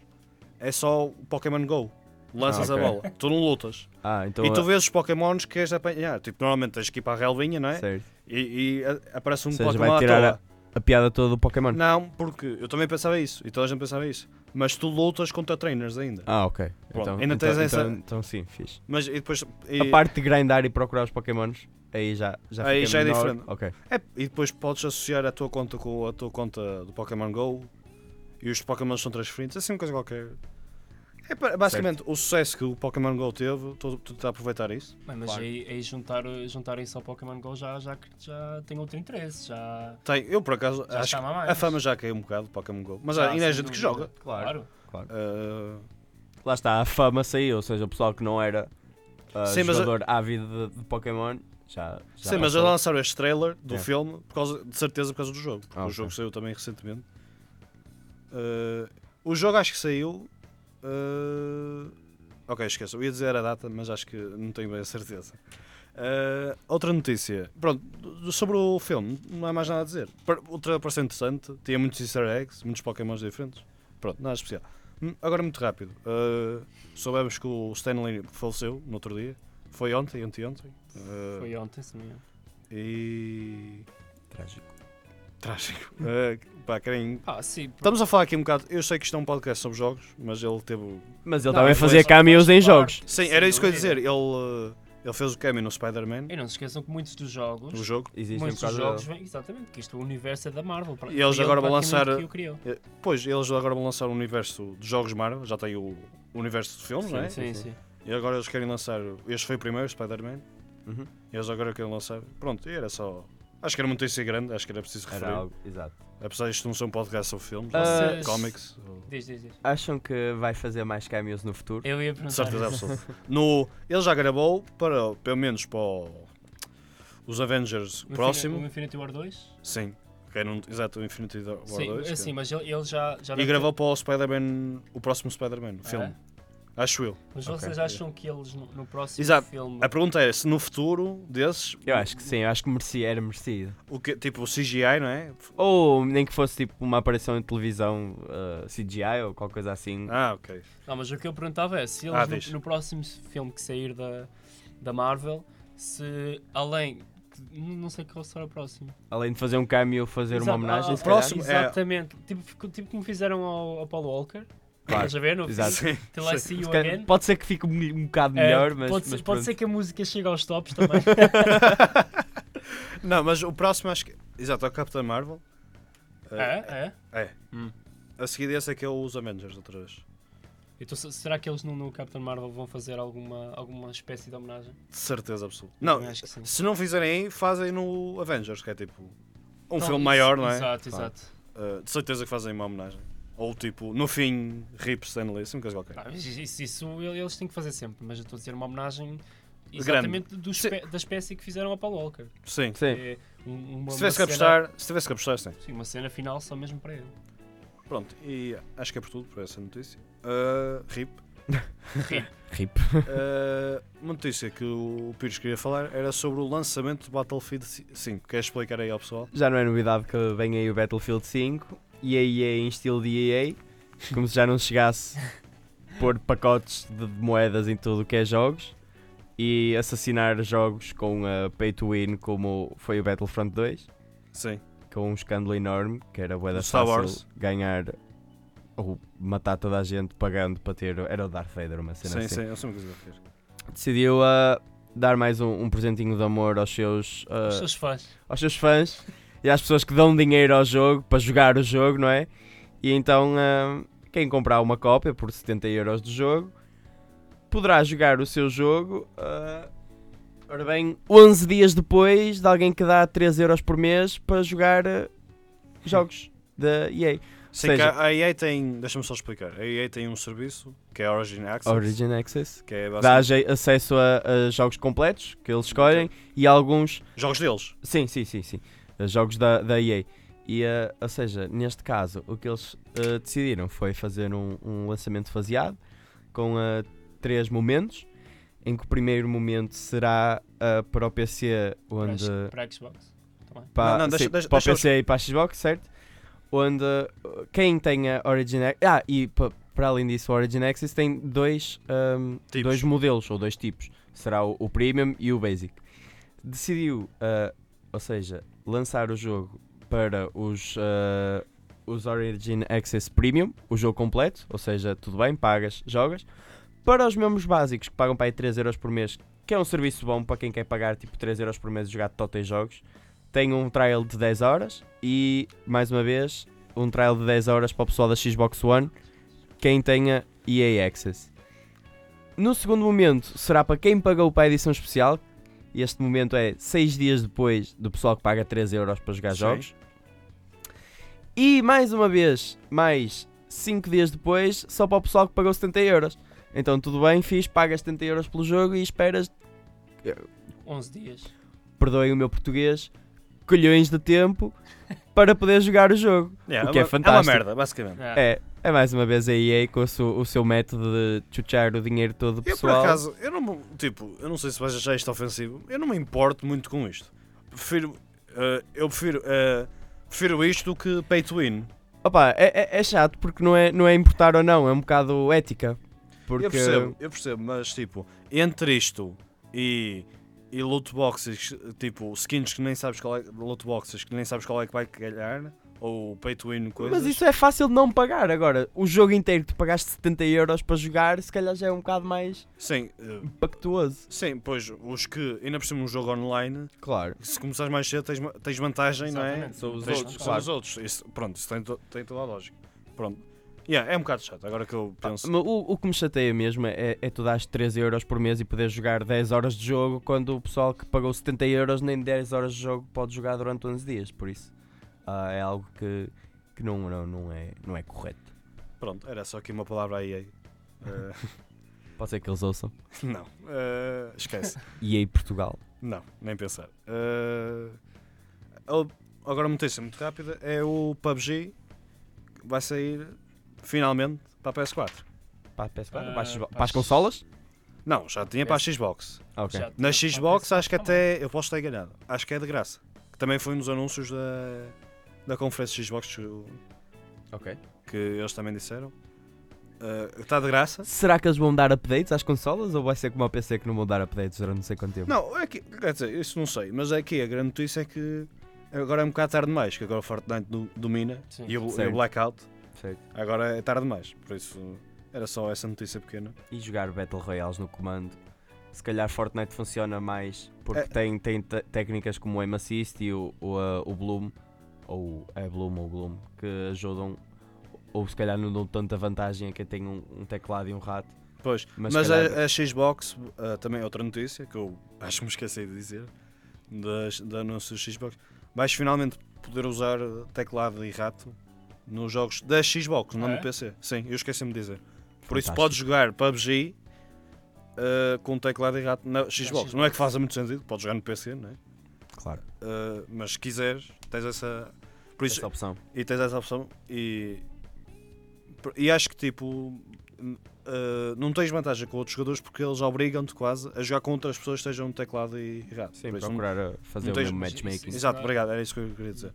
S2: é só o Pokémon Go. Lanças
S4: Ah, ok.
S2: a bola, tu não lutas.
S4: Ah, então.
S2: e tu
S4: é-
S2: vês os Pokémons que queres apanhar. Tipo, normalmente tens que ir para a relvinha, não é?
S4: Certo.
S2: E, e a- aparece um
S4: Ou seja,
S2: Pokémon
S4: vai
S2: à
S4: tirar
S2: toa.
S4: a, a piada toda do Pokémon.
S2: Não, porque eu também pensava isso. E toda a gente pensava isso. Mas tu lutas contra trainers ainda.
S4: Ah, ok.
S2: Pronto,
S4: Então,
S2: ainda
S4: então,
S2: tens essa-
S4: então, então sim, fixe.
S2: Mas e depois. e-
S4: A parte de grindar e procurar os Pokémons, aí já, já
S2: Aí
S4: fica
S2: já é
S4: menor.
S2: diferente.
S4: Ok.
S2: É, e depois podes associar a tua conta com a tua conta do Pokémon GO e os Pokémon são transferidos, assim uma coisa qualquer. É pa- basicamente o sucesso que o Pokémon GO teve, tu tu estás a aproveitar isso.
S3: Bem, mas
S4: Claro.
S3: aí, aí juntar, juntar isso ao Pokémon GO já, já, que- já tem outro interesse, já,
S2: Tem, eu por acaso
S3: já
S2: acho que
S3: chama mais.
S2: a fama já caiu um bocado do Pokémon GO, mas
S3: Já,
S2: ainda é
S3: sem
S2: gente que
S3: dúvida.
S2: joga.
S4: Claro.
S3: Claro.
S2: Ah,
S4: Lá está, a fama saiu, ou seja, o pessoal que não era ah,
S2: Sim, mas a-
S4: jogador ávido de, de Pokémon, já. já
S2: sim, mas
S4: passou.
S2: eles lançaram este trailer do
S4: É.
S2: filme por causa, de certeza por causa do jogo, porque
S4: Ah,
S2: o
S4: ok.
S2: jogo saiu também recentemente. Ah, o jogo acho que saiu. ah, Ok, esqueço. Eu ia dizer a data, mas acho que não tenho bem a certeza. Ah, outra notícia. Pronto, do- sobre o filme, não há mais nada a dizer. Par- O trailer pareceu interessante, tinha muitos easter eggs, muitos pokémons diferentes. Pronto, nada especial. Hum, Agora, muito rápido. Ah, soubemos que o Stanley faleceu no outro dia. Foi ontem, anteontem. Ah,
S3: Foi ontem, se não me engano.
S2: E...
S4: Trágico.
S2: Trágico. Ah, pá, querem...
S3: Ah, sim. por-
S2: Estamos a falar aqui um bocado... Eu sei que isto é um podcast sobre jogos, mas ele teve
S4: Mas ele
S3: Não,
S4: também
S3: foi
S4: fazia
S3: só-
S4: cameos
S3: claro.
S4: em jogos.
S2: Sim, é?
S3: Sem
S2: era isso que eu ia dizer.
S3: dúvida.
S2: Ele, uh, ele fez o caminho no Spider-Man,
S3: E não se esqueçam que muitos dos
S2: no
S3: jogos.
S2: jogo.
S4: Existem
S3: muitos
S4: por causa
S3: dos jogos
S4: dele.
S3: vêm. Exatamente, que isto o universo é da Marvel. pra-
S2: E eles
S3: foi
S2: agora vão
S3: praticamente
S2: lançar-
S3: que o criou.
S2: Pois, eles agora vão lançar o universo dos jogos Marvel, já tem o universo de filmes, não é?
S3: Sim, sim.
S2: E agora eles querem lançar. Este foi o primeiro, Spider-Man.
S4: Uhum.
S2: Eles agora querem lançar. Pronto, e era só. Acho que era uma notícia grande, acho que era preciso referir.
S4: Era algo, exato.
S2: Apesar disto não ser um podcast sobre filmes,
S4: Ah,
S2: ou
S3: Vocês-
S2: cómics. ou-
S3: Diz, diz, diz.
S4: Acham que vai fazer mais cameos no futuro?
S3: Eu ia
S2: De
S3: perguntar.
S2: certeza
S3: isso.
S2: absoluta. No, ele já gravou, para, pelo menos para o- os Avengers
S3: O Infini-
S2: próximo.
S3: O Infinity War 2?
S2: Sim, que era um, exato, o Infinity War 2.
S3: sim,
S2: que- é.
S3: assim, mas ele, ele já, já.
S2: E
S3: deve
S2: gravou para o Spider-Man, o próximo Spider-Man, o
S3: ter-
S2: filme.
S3: Ah, é?
S2: Acho eu.
S3: Mas
S4: Ok.
S3: vocês acham que eles no, no próximo
S2: Exato.
S3: filme.
S2: A pergunta é se no futuro desses,
S4: Eu acho que sim, eu acho que merecia, era merecido.
S2: o que, tipo o CGI, não é?
S4: Ou nem que fosse tipo uma aparição em televisão ah, CGI ou qualquer coisa assim.
S2: Ah, ok.
S3: Não, mas o que eu perguntava é se eles
S2: Ah,
S3: no-
S2: diz.
S3: no, próximo filme que sair da, da Marvel, se além. n- Não sei qual será o próximo.
S4: Além de fazer um cameo, fazer uma
S3: Exato,
S4: homenagem.
S3: ah,
S4: se
S2: o próximo
S4: calhar.
S2: é-
S3: Exatamente. Tipo, fico- tipo como fizeram ao, ao Paul Walker.
S4: Claro,
S3: Estás a ver? No
S4: exato.
S3: filme?
S2: Sim.
S3: Till I See
S4: Se
S3: You
S4: calhar-
S3: Again.
S4: Pode ser que fique um, um bocado
S3: Eh,
S4: melhor, mas.
S3: pode, ser,
S4: mas
S3: pode
S4: pronto.
S3: ser que a música chegue aos tops também.
S2: Não, mas o próximo acho que. Exato, é o Capitão Marvel. Eh,
S3: é, é.
S2: A seguir esse é que é os Avengers outra vez.
S3: Então, se- será que eles no, no Captain Marvel vão fazer alguma, alguma espécie de homenagem?
S2: De certeza absoluta.
S3: Eu
S2: Não,
S3: também acho que sim.
S2: se não fizerem aí, fazem no Avengers, que é tipo um
S3: Então,
S2: filme maior, não é?
S3: Exato,
S2: Pá,
S3: exato.
S2: eh, de certeza que fazem uma homenagem. Ou tipo, no fim, Rip Stanley, assim, uma coisa qualquer.
S3: Pá, mas isso, isso eles têm que fazer sempre, mas eu estou a dizer uma homenagem exatamente do
S2: Sim.
S3: espé- da espécie que fizeram a Paul Walker.
S2: Sim.
S4: Sim.
S3: É um- uma,
S2: Se
S3: uma
S2: tivesse que
S3: cena-
S2: apostar, se tivesse que apostar, sim.
S3: Sim, uma cena final só mesmo para ele.
S2: Pronto, e acho que é por tudo, por essa notícia. Eh, Rip.
S4: Rip.
S2: Eh, uma notícia que o Pires queria falar era sobre o lançamento do Battlefield 5. Queres explicar aí ao pessoal?
S4: Já não é novidade que vem aí o Battlefield 5 e a EA em estilo de EA, como se já não chegasse pôr pacotes de moedas em tudo o que é jogos e assassinar jogos com a pay to win, como foi o Battlefront 2,
S2: Sim.
S4: com um escândalo enorme que era bué da
S2: O Star
S4: fácil
S2: Wars.
S4: ganhar ou matar toda a gente pagando para ter. Era o Darth Vader, uma cena
S2: Sim,
S4: assim
S2: sim, eu sei uma coisa qualquer.
S4: decidiu ah, dar mais um, um presentinho de amor aos seus, ah,
S3: Os seus fãs.
S4: aos seus fãs e às pessoas que dão dinheiro ao jogo para jogar o jogo, não é? E então ah, quem comprar uma cópia por 70 euros do jogo poderá jogar o seu jogo. ah, Ora bem, 11 dias depois de alguém que dá 3 euros por mês para jogar ah, jogos da EA.
S2: Sim,
S4: seja-
S2: que a- a EA tem. Deixa-me só explicar. A EA tem um serviço que é a Origin Access.
S4: Origin Access.
S2: Que é
S4: Dá
S2: basicamente
S4: aje- acesso a, a jogos completos que eles escolhem e alguns
S2: jogos deles.
S4: Sim, sim, sim, sim. Uh, Jogos da, da EA. E, uh, ou seja, neste caso, o que eles uh, decidiram foi fazer um, um lançamento faseado com uh, três momentos. Em que o primeiro momento será uh, para o PC,
S3: para
S4: onde.
S3: a- Para a Xbox. também.
S4: Para,
S2: Não, não, deixa-
S4: sim,
S2: deixa-
S4: para
S2: deixa
S4: o PC e para a Xbox, certo? Onde uh, quem tem a Origin Ac- Ah, e pa- para além disso, a Origin Access tem dois, um,
S2: Tipos.
S4: dois modelos, ou dois tipos. Será o, o Premium e o Basic. Decidiu, uh, ou seja, lançar o jogo para os, uh, os Origin Access Premium, o jogo completo, ou seja, tudo bem, pagas, jogas. Para os membros básicos, que pagam para aí 3€ euros por mês, que é um serviço bom para quem quer pagar tipo 3€ euros por mês e jogar totem jogos, tem um trial de 10 horas e, mais uma vez, um trial de 10 horas para o pessoal da Xbox One, quem tenha EA Access. No segundo momento, será para quem pagou para a edição especial. e Este momento é 6 dias depois do pessoal que paga 3 euros para jogar
S2: Sim.
S4: jogos. E, mais uma vez, mais 5 dias depois, só para o pessoal que pagou 70 euros. Então, tudo bem, fiz, pagas 70 euros pelo jogo e esperas
S3: 11 dias.
S4: perdoem o meu português, colhões de tempo para poder jogar o jogo.
S2: Yeah,
S4: O que é
S2: uma- É
S4: fantástico.
S2: uma merda, basicamente.
S3: Ah,
S4: É, é mais uma vez a EA com o seu, o seu método de chuchar o dinheiro todo do
S2: Eu, por
S4: pessoal.
S2: acaso, eu não, me- tipo, eu não sei se vais achar isto ofensivo. Eu não me importo muito com isto. Prefiro. eh, eu prefiro. eh, prefiro isto do que pay to win.
S4: Opa, é, é- é chato porque não é, não é importar ou não, é um bocado ética. Porque
S2: Eu percebo, eu percebo, mas tipo, entre isto e, e loot boxes, tipo, skins que nem sabes qual é, loot boxes que nem sabes qual é que vai calhar, ou pay to win coisas.
S4: Mas isso é fácil de não pagar agora. O jogo inteiro tu pagaste 70 euros para jogar, se calhar já é um bocado mais
S2: Sim, eh,
S4: impactuoso.
S2: sim, pois, os que, ainda por cima um jogo online,
S4: Claro.
S2: se começares mais cedo tens, ma- tens vantagem, não é?
S3: Exatamente.
S4: São os
S2: Tens-
S4: outros,
S2: são
S4: claro.
S2: os outros. Isso- pronto, isso tem, to- tem toda a lógica. Pronto. Yeah, é um bocado chato, agora que eu penso.
S4: Mas O, o que me chateia mesmo é, é tu dares 13 euros por mês e poder jogar 10 horas de jogo quando o pessoal que pagou 70 euros nem 10 horas de jogo pode jogar durante 11 dias. Por isso ah, é algo que, que não, não, não, é, não é correto.
S2: Pronto, era só aqui uma palavra aí. aí. Eh,
S4: Pode ser que eles ouçam.
S2: não, eh, esquece.
S4: E aí Portugal.
S2: Não, nem pensar. Eh, o- agora uma notícia muito rápida é o PUBG que vai sair finalmente para a PS4.
S4: Para, para,
S3: Ah,
S4: as,
S3: para as-
S4: consolas?
S2: Não, já tinha para a Xbox.
S4: Ah, ok.
S3: já tinha
S2: Na
S3: para
S2: Xbox
S3: a
S2: acho que
S3: PS4
S2: até eu posso ter enganado. Acho que é de graça. Que também foi um dos anúncios da, da conferência Xbox que, o-
S4: ok.
S2: que eles também disseram. Eh, está de graça?
S4: Será que eles vão dar updates às consolas ou vai ser como ao PC que não vão dar updates durante não sei quanto tempo?
S2: Não, é que, quer dizer, isso não sei, mas é que a grande notícia é que agora é um bocado tarde demais, que agora o Fortnite do- domina
S3: Sim.
S2: e o- e o
S4: Certo.
S2: Blackout.
S4: Certo.
S2: Agora é tarde demais, por isso era só essa notícia pequena.
S4: E jogar Battle Royales no comando. Se calhar Fortnite funciona mais porque
S2: É.
S4: tem, tem te- técnicas como o uh, Aim Assist e o, o, ah, o Bloom, ou é Bloom ou Bloom, que ajudam ou se calhar não dão tanta vantagem a quem tem um, um teclado e um rato.
S2: Pois,
S4: Mas
S2: mas,
S4: se calhar-
S2: a, a Xbox, ah, também outra notícia que eu acho que me esqueci de dizer, das, da anúncio da Xbox, vais finalmente poder usar teclado e rato nos jogos da Xbox, não
S3: É?
S2: no PC. Sim, eu esqueci-me de dizer. Por isso
S4: Fantástico.
S2: podes jogar PUBG ah, com teclado e rato na Xbox.
S3: Xbox.
S2: Não é que faça muito sentido, podes jogar no PC, não é?
S4: Claro.
S2: Ah, mas se quiseres, tens essa. Por isso,
S4: Essa é opção.
S2: e tens essa opção e, e acho que tipo n- eh, não tens vantagem com outros jogadores porque eles obrigam-te quase a jogar com outras pessoas que estejam no teclado e errado.
S4: Sim,
S2: Por isso,
S4: procurar uh, fazer
S2: não
S4: o
S2: tens-
S4: mesmo
S3: mas isso-
S4: matchmaking.
S3: isso-
S2: Exato, obrigado, era isso que eu queria dizer.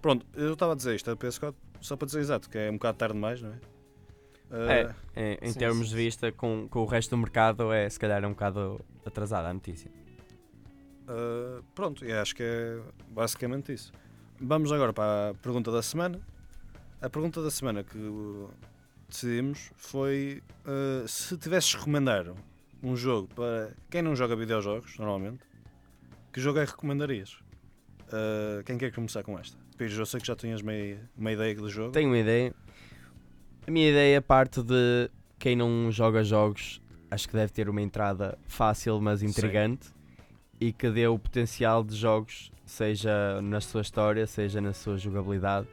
S2: Pronto, eu estava a dizer isto a PS4 só para dizer exato, que é um bocado tarde demais, não é? Eh,
S4: É, em
S3: Sim,
S4: termos
S3: sim,
S4: de vista, com, com o resto do mercado, é se calhar um bocado atrasada a notícia.
S2: eh, pronto, e acho que é basicamente isso. Vamos agora para a pergunta da semana. A pergunta da semana que uh, decidimos foi uh, se tivesses de recomendar um jogo para quem não joga videojogos normalmente, que jogo é que recomendarias? Uh, quem quer começar com esta? Pires, eu sei que já tinhas meio- uma ideia do jogo.
S4: Tenho uma ideia. A minha ideia parte de quem não joga jogos, acho que deve ter uma entrada fácil, mas
S2: Sim.
S4: intrigante e que dê o potencial de jogos, seja na sua história, seja na sua jogabilidade,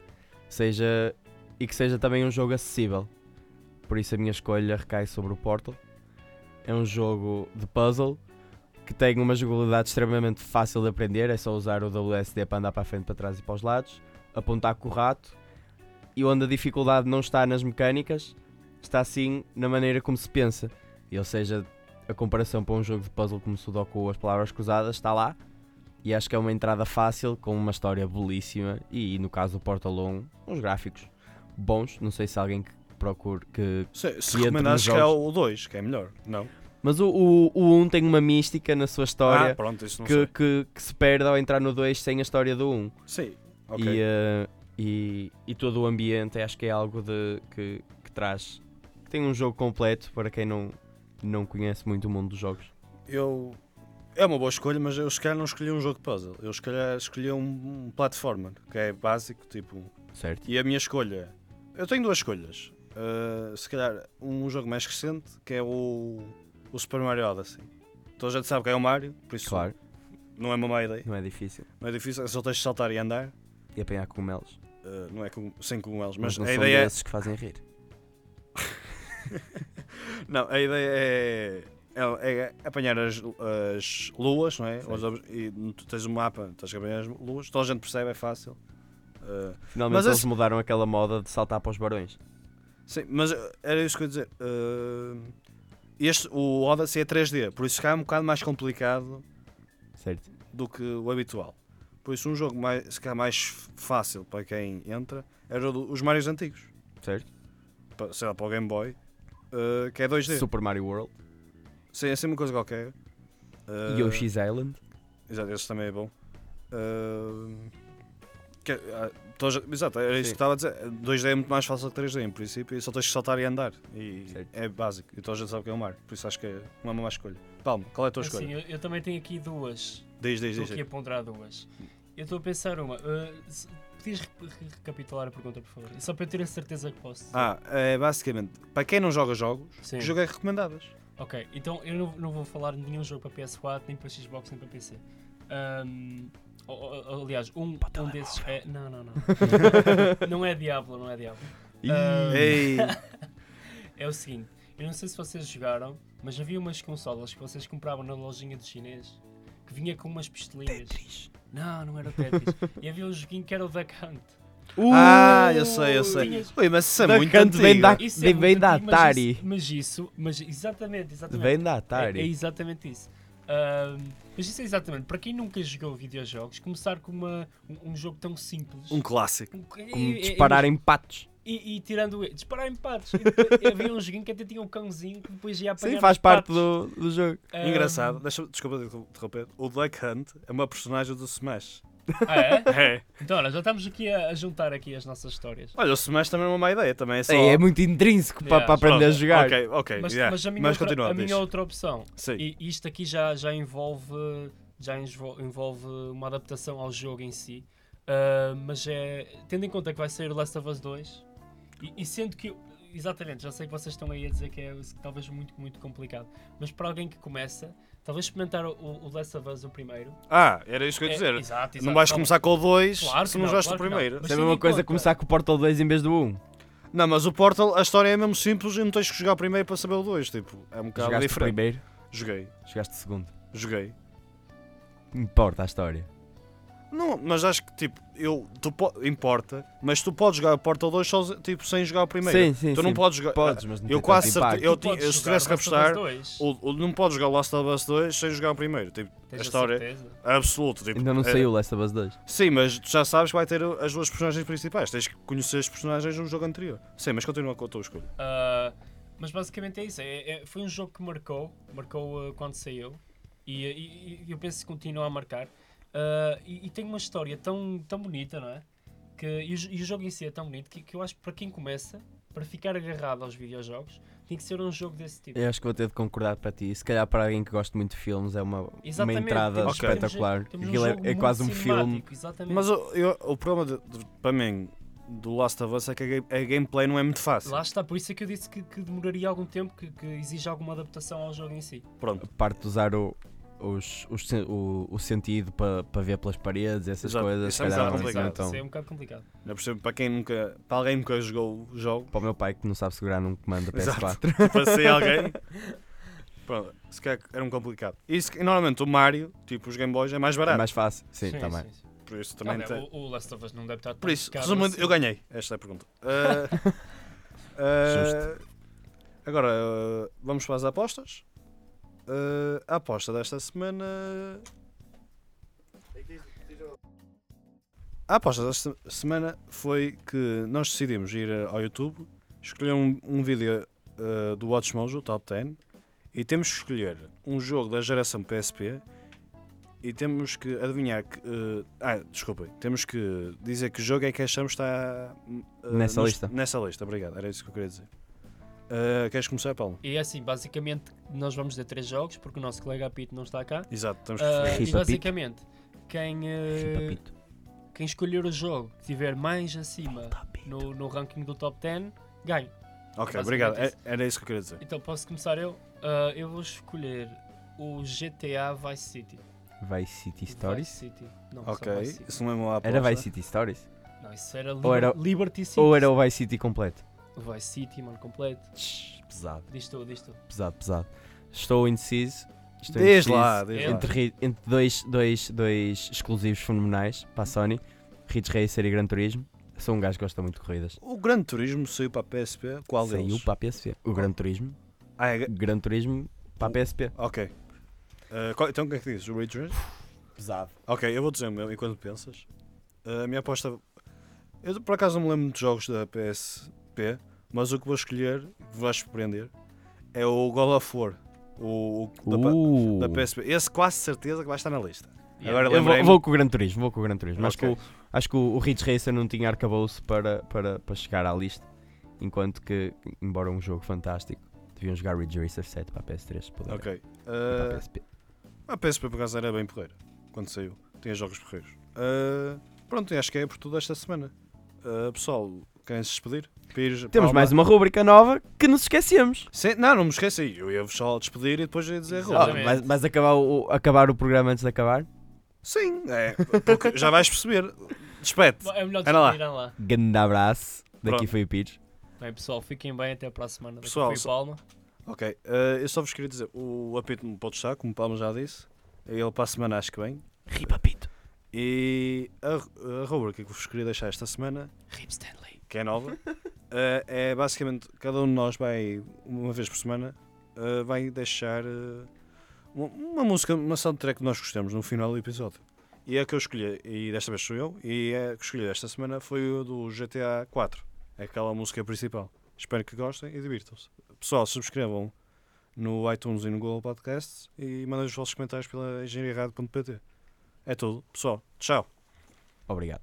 S4: seja e que seja também um jogo acessível. Por isso a minha escolha recai sobre o Portal. É um jogo de puzzle que tem uma jogabilidade extremamente fácil de aprender, é só usar o WSD para andar para a frente, para trás e para os lados, apontar com o rato e onde a dificuldade não está nas mecânicas, está sim na maneira como se pensa. E, ou seja, a comparação para um jogo de puzzle como Sudoku ou as palavras cruzadas está lá. E acho que é uma entrada fácil, com uma história belíssima e, no caso do Portal 1, uns gráficos bons. Não sei se há alguém que procure que.
S2: Se, se
S4: E entre
S2: recomendares
S4: nos
S2: que é
S4: jogos-
S2: o 2, que é melhor. Não.
S4: Mas o, o, o 1 tem uma mística na
S2: Ah,
S4: sua história
S2: pronto, isso não
S4: que, que, que se perde ao entrar no 2 sem a história do 1.
S2: sei. Sim,
S4: e,
S2: ok.
S4: eh, e, e todo o ambiente acho que é algo de, que, que traz que tem um jogo completo para quem não, não conhece muito o mundo dos jogos.
S2: Eu. É uma boa escolha, mas eu se calhar não escolhi um jogo de puzzle. Eu se calhar escolhi um, um platformer, que é básico, tipo.
S4: Certo.
S2: E a minha escolha? Eu tenho duas escolhas. Uh, se calhar um jogo mais recente, que é o, o Super Mario Odyssey. Toda a gente sabe que é o Mario, por isso
S4: Claro,
S2: não é uma má ideia.
S4: não é difícil.
S2: Não é difícil, é só tens de saltar e andar.
S4: E apanhar cogumelos.
S2: Uh, não é com, sem cogumelos, mas,
S4: Mas, não
S2: a
S4: são
S2: ideia é.
S4: desses que fazem rir.
S2: Não, a ideia é, é- é apanhar as, as luas, não é? Os ob- e tu tens um mapa, tens que apanhar as luas, toda a gente percebe, é fácil. Uh,
S4: Finalmente
S2: Mas
S4: eles
S2: esse-
S4: mudaram aquela moda de saltar para os barões.
S2: sim, mas uh, era isso que eu ia dizer. Uh, este, o Odyssey é 3D, por isso cá é um bocado mais complicado
S4: Certo.
S2: do que o habitual. Por isso, um jogo mais, se calhar mais f- fácil para quem entra era o do- os Marios antigos,
S4: Certo.
S2: para, sei lá, para o Game Boy, uh, que é 2D.
S4: Super Mario World.
S2: Sim, é assim uma coisa qualquer. Uh,
S4: Yoshi's Island.
S2: Exato, esse também é bom. Ahm, que- ah, todos- exato, era isso que
S4: Sim.
S2: estava a dizer. 2D é muito mais fácil que 3D em princípio, e só tens que saltar e andar. E
S4: Certo.
S2: é básico. E toda a gente sabe que é o mar, por isso acho que é uma má escolha. Palma, qual é a tua
S3: Assim,
S2: escolha?
S3: eu, eu também tenho aqui duas.
S2: Diz, diz,
S3: Estou
S2: diz.
S3: aqui a ponderar duas. Eu estou a pensar uma. Uh, se- podias re- re- recapitular a pergunta, por favor? Só para eu ter a certeza que posso. dizer.
S2: Ah, é basicamente, para quem não joga jogos,
S3: Sim.
S2: que jogo é que recomendadas?
S3: Ok, então eu não, não vou falar de nenhum jogo para PS4, nem para Xbox, nem para PC. Ahm, o- o- aliás, um, um desses é. Não, não, não. não é Diablo, não é Diablo. Ah,
S2: Ei,
S3: É o seguinte, eu não sei se vocês jogaram, mas havia umas consolas que vocês compravam na lojinha do chinês que vinha com umas pistolinhas. Não, não era o Tetris. e havia um joguinho que era o Duck Hunt.
S2: ah, eu sei, eu sei.
S3: Tinhas-
S2: Ui, mas isso é
S4: Uh! Da
S2: muito
S4: canto vem
S2: antigo.
S4: da-
S3: é
S4: Vem
S3: muito
S4: da
S3: antigo, mas
S4: Atari.
S3: isso- Mas isso, mas exatamente, exatamente.
S4: Vem da
S3: É, é
S4: Atari.
S3: exatamente isso. Ahm, mas isso é exatamente, para quem nunca jogou videojogos, começar com uma, um, um jogo tão simples.
S2: Um clássico.
S3: Um- é-
S4: Como
S3: é- é-
S4: disparar em patos.
S3: E, e tirando. Disparar em patos. E depois- havia um joguinho que até tinha um cãozinho que depois ia apanhar.
S4: Sim,
S3: os
S4: faz parte
S3: patos.
S4: do, do jogo.
S3: Ahm,
S2: Engraçado, deixa, desculpa de interromper. O Black Hunt é uma personagem do Smash.
S3: Ah, é?
S2: É.
S3: Então, olha, já estamos aqui a, a juntar aqui as nossas histórias.
S2: Olha, o Smash também é uma má ideia, também é só.
S4: É, é muito intrínseco para-
S3: Yeah.
S4: para aprender a
S2: Pronto,
S4: jogar.
S2: Ok, ok,
S3: Mas,
S2: yeah.
S3: mas a minha, outra,
S2: continua,
S3: a
S2: diz.
S3: minha outra opção,
S2: Sim.
S3: e isto aqui já, já envolve já envo- envolve uma adaptação ao jogo em si, ah, mas é tendo em conta que vai sair o Last of Us 2 E, e sendo que eu, exatamente, já sei que vocês estão aí a dizer que é talvez muito, muito complicado, mas para alguém que começa, talvez experimentar o, o Last of Us o primeiro.
S2: Ah, era isso que eu ia dizer.
S3: É, exato,
S2: não
S3: exato,
S2: vais
S3: tá
S2: começar com o 2
S3: Claro
S2: se
S3: que
S2: não
S3: não,
S2: jogaste
S3: claro
S2: o
S3: que não.
S2: primeiro.
S3: Mas
S4: Isso é a
S3: tendo
S4: mesma
S3: em
S4: coisa
S3: conta-
S4: começar com o Portal 2 em vez do 1.
S2: Não, mas o Portal, a história é mesmo simples e não tens que jogar primeiro para saber o 2. Tipo, é um bocado
S4: Jogaste o
S2: diferente.
S4: primeiro,
S2: Joguei,
S4: jogaste o segundo.
S2: joguei.
S4: Não Importa a história.
S2: Não, mas acho que tipo, eu, tu po- importa, mas tu podes jogar o Portal 2 soze- tipo, sem jogar o primeiro.
S4: Sim, sim,
S2: tu
S4: sim.
S2: não podes jogar. ah,
S4: Podes, mas não
S2: eu
S4: tem
S2: quase
S4: tanto impacto.
S2: certeza- eu
S3: Tu
S2: tinha-
S3: podes
S2: eu se
S3: jogar
S2: tivesse que
S3: Last of Us
S2: apostar,
S3: 2,
S2: O, o- não podes jogar o Last of Us 2 sem jogar o primeiro. Tipo,
S3: tens
S2: história-
S3: certeza?
S2: é absoluto. Tipo,
S4: Ainda não
S2: é-
S4: saiu o Last of Us 2.
S2: Sim, mas tu já sabes que vai ter as duas personagens principais. Tens que conhecer as personagens do jogo anterior. Sim, mas continua com a tua escolha.
S3: Ah, mas basicamente é isso. é- é- foi um jogo que marcou, marcou ah, quando saiu e, e- e eu penso que continua a marcar. Ah, e, e tem uma história tão, tão bonita, não é? Que, e, o, jo- e o jogo em si é tão bonito que, que eu acho que para quem começa, para ficar agarrado aos videojogos, tem que ser um jogo desse tipo.
S4: Eu acho que vou ter de concordar para ti. Se calhar para alguém que gosta muito de filmes é uma, uma
S3: Exatamente,
S4: entrada
S3: temos-
S2: Ok.
S4: espetacular.
S3: temos um
S4: Aquilo é-
S3: jogo
S4: é,
S3: muito
S4: quase um filme.
S3: cinemático, Exatamente.
S2: Mas o, eu- o problema de- de- para mim do Last of Us é que a, ga- a gameplay não é muito fácil.
S3: Lá está, por isso é que eu disse que, que demoraria algum tempo, que, que exige alguma adaptação ao jogo em si.
S2: Pronto.
S4: A parte de usar o, os, os sen- o, o sentido para ver pelas paredes, essas
S2: Exato.
S4: coisas.
S2: Isso
S4: se
S2: é um
S4: calhar
S2: bocado
S4: não-
S2: complicado.
S4: então,
S3: Isso é um bocado complicado.
S2: Eu percebo, para quem nunca. Para alguém nunca jogou o jogo,
S4: Para o meu pai que não sabe segurar num comando da
S2: Exato.
S4: PS4.
S2: para ser alguém. Pronto, se calhar era um complicado. E se- e normalmente o Mario, tipo os Game Boys, é mais
S4: É
S2: barato.
S4: mais fácil. Sim, também.
S3: sim, sim.
S2: Por isso
S3: Ah,
S2: também
S3: bem,
S2: tem-
S3: o, o Last of Us não deve estar
S2: Por isso,
S3: tão caro
S2: resumindo,
S3: assim.
S2: eu ganhei. Esta é a pergunta. Ah, ah, agora, ah, vamos para as apostas. Ah, a aposta desta semana. A aposta desta semana foi que nós decidimos ir ao YouTube, escolher um, um vídeo ah, do Watch Mojo, Top 10, e temos que escolher um jogo da geração PSP e temos que adivinhar que. eh, ah, desculpem. Temos que dizer que jogo é que achamos que está. eh,
S4: Nessa
S2: nos-
S4: lista.
S2: Nessa lista, obrigado. Era isso que eu queria dizer. Eh, queres começar, Paulo?
S3: E é assim, basicamente, nós vamos ter três jogos, porque o nosso colega Apito não está cá.
S2: Exato, temos que
S3: Ah,
S2: referir.
S3: e
S4: Ripa,
S3: basicamente, quem, ah,
S4: Papito.
S3: quem escolher o jogo que tiver mais acima no, no ranking do top 10, ganha.
S2: Ok,
S3: basicamente
S2: obrigado.
S3: isso.
S2: É- Era isso que eu queria dizer.
S3: Então posso começar eu? Ah, eu vou escolher o GTA Vice City.
S4: Vice City Stories.
S3: Vice City. Não, só
S2: Ok,
S3: Vice City.
S2: isso não é uma aposta.
S4: Era Vice City Stories?
S3: Não, isso era,
S4: Ou era-
S3: Liber- Liberty City.
S4: Ou era o Vice City completo?
S3: O Vice City, mano, completo.
S4: Tch, Pesado,
S3: Diz tu, diz tu.
S4: pesado, pesado. Estou indeciso. Estou
S2: Diz
S4: indeciso
S2: lá, diz lá.
S4: é Entre, ri- entre dois, dois, dois exclusivos fenomenais para a Sony, Ridge Racer e Gran Turismo. Sou um gajo que gosta muito de corridas.
S2: O Grande Turismo saiu para a PSP. Qual
S4: Saiu
S2: deles?
S4: para a PSP. O Gran Turismo.
S2: Ah, é...
S4: Gran Turismo para a PSP.
S2: Ok. Eh, qual- então o que é que dizes? O Ridge Racer?
S4: Pesado.
S2: Ok, eu vou dizer o meu enquanto pensas. Eh, A minha aposta. Eu por acaso não me lembro de jogos da PSP, mas o que vou escolher, que vais surpreender, é o God of War. O, o da, pa-
S4: Uh.
S2: da PSP. Esse quase certeza que vai estar na lista.
S3: Yeah.
S2: Agora
S4: Eu vou,
S2: lembrei-me.
S4: vou com o Gran Turismo, vou com o Gran Turismo. Acho, que
S2: Ok.
S4: o, acho que o o Ridge Racer não tinha arcabouço para, para, para chegar à lista. Enquanto que, embora um jogo fantástico, deviam jogar Ridge Racer 7 para a PS3. se puder.
S2: Ok. Ah,
S4: Para a PSP.
S2: a PSP por acaso era bem porreira quando saiu. Tinha jogos porreiros. Ah, pronto, e acho que é por tudo esta semana. Ah, pessoal, querem se despedir? Pires,
S4: Temos
S2: Palma?
S4: mais uma rúbrica nova que nos esquecemos.
S2: Sim, não, não me esqueci. Eu ia-vos só despedir e depois ia dizer
S3: Exato.
S2: Ruben.
S4: Ah, vais, vais acabar, o, acabar o programa antes de acabar?
S2: Sim, é, porque já vais perceber. Despete.
S3: É melhor
S2: Era lá.
S3: despedirem lá.
S4: Grande abraço. Daqui
S2: Pronto.
S4: foi o Pires.
S3: Bem, pessoal, fiquem bem até para a semana. Daqui
S2: Pessoal,
S3: foi o
S2: só-
S3: Palma.
S2: Ok, eh, eu só vos queria dizer, o apito não pode estar, como o Palma já disse. Ele para a semana acho que vem.
S4: Ripa Pito.
S2: E a, ru- a rubrica que vos queria deixar esta semana,
S3: Rip Stanley.
S2: que é nova, eh, é basicamente cada um de nós vai, uma vez por semana, eh, vai deixar eh, uma, uma música, uma soundtrack que nós gostamos no final do episódio. E é a que eu escolhi, e desta vez sou eu, e é a que escolhi esta semana foi o do GTA 4, aquela música principal. Espero que gostem e divirtam-se. Pessoal, subscrevam no iTunes e no Google Podcasts e mandem os vossos comentários pela engenhariarrado.pt. É tudo, pessoal. Tchau.
S4: Obrigado.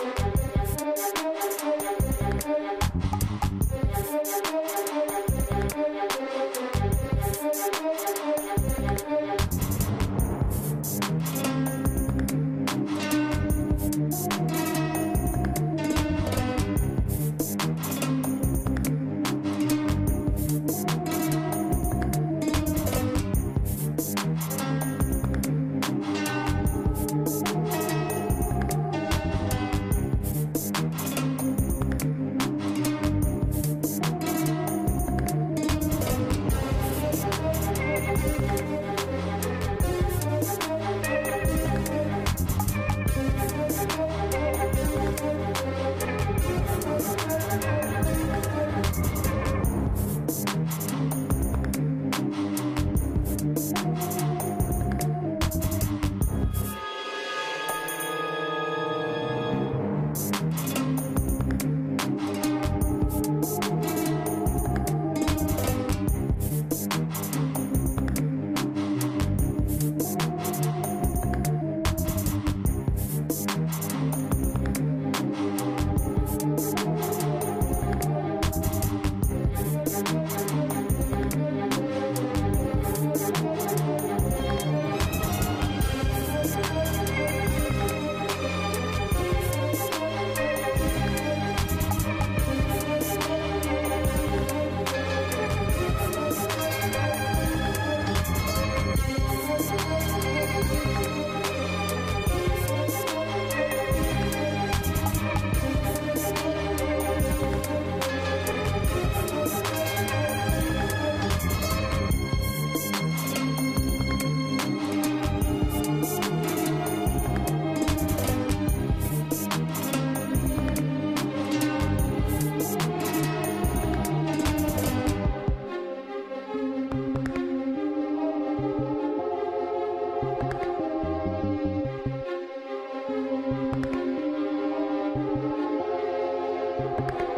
S1: Thank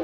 S1: you.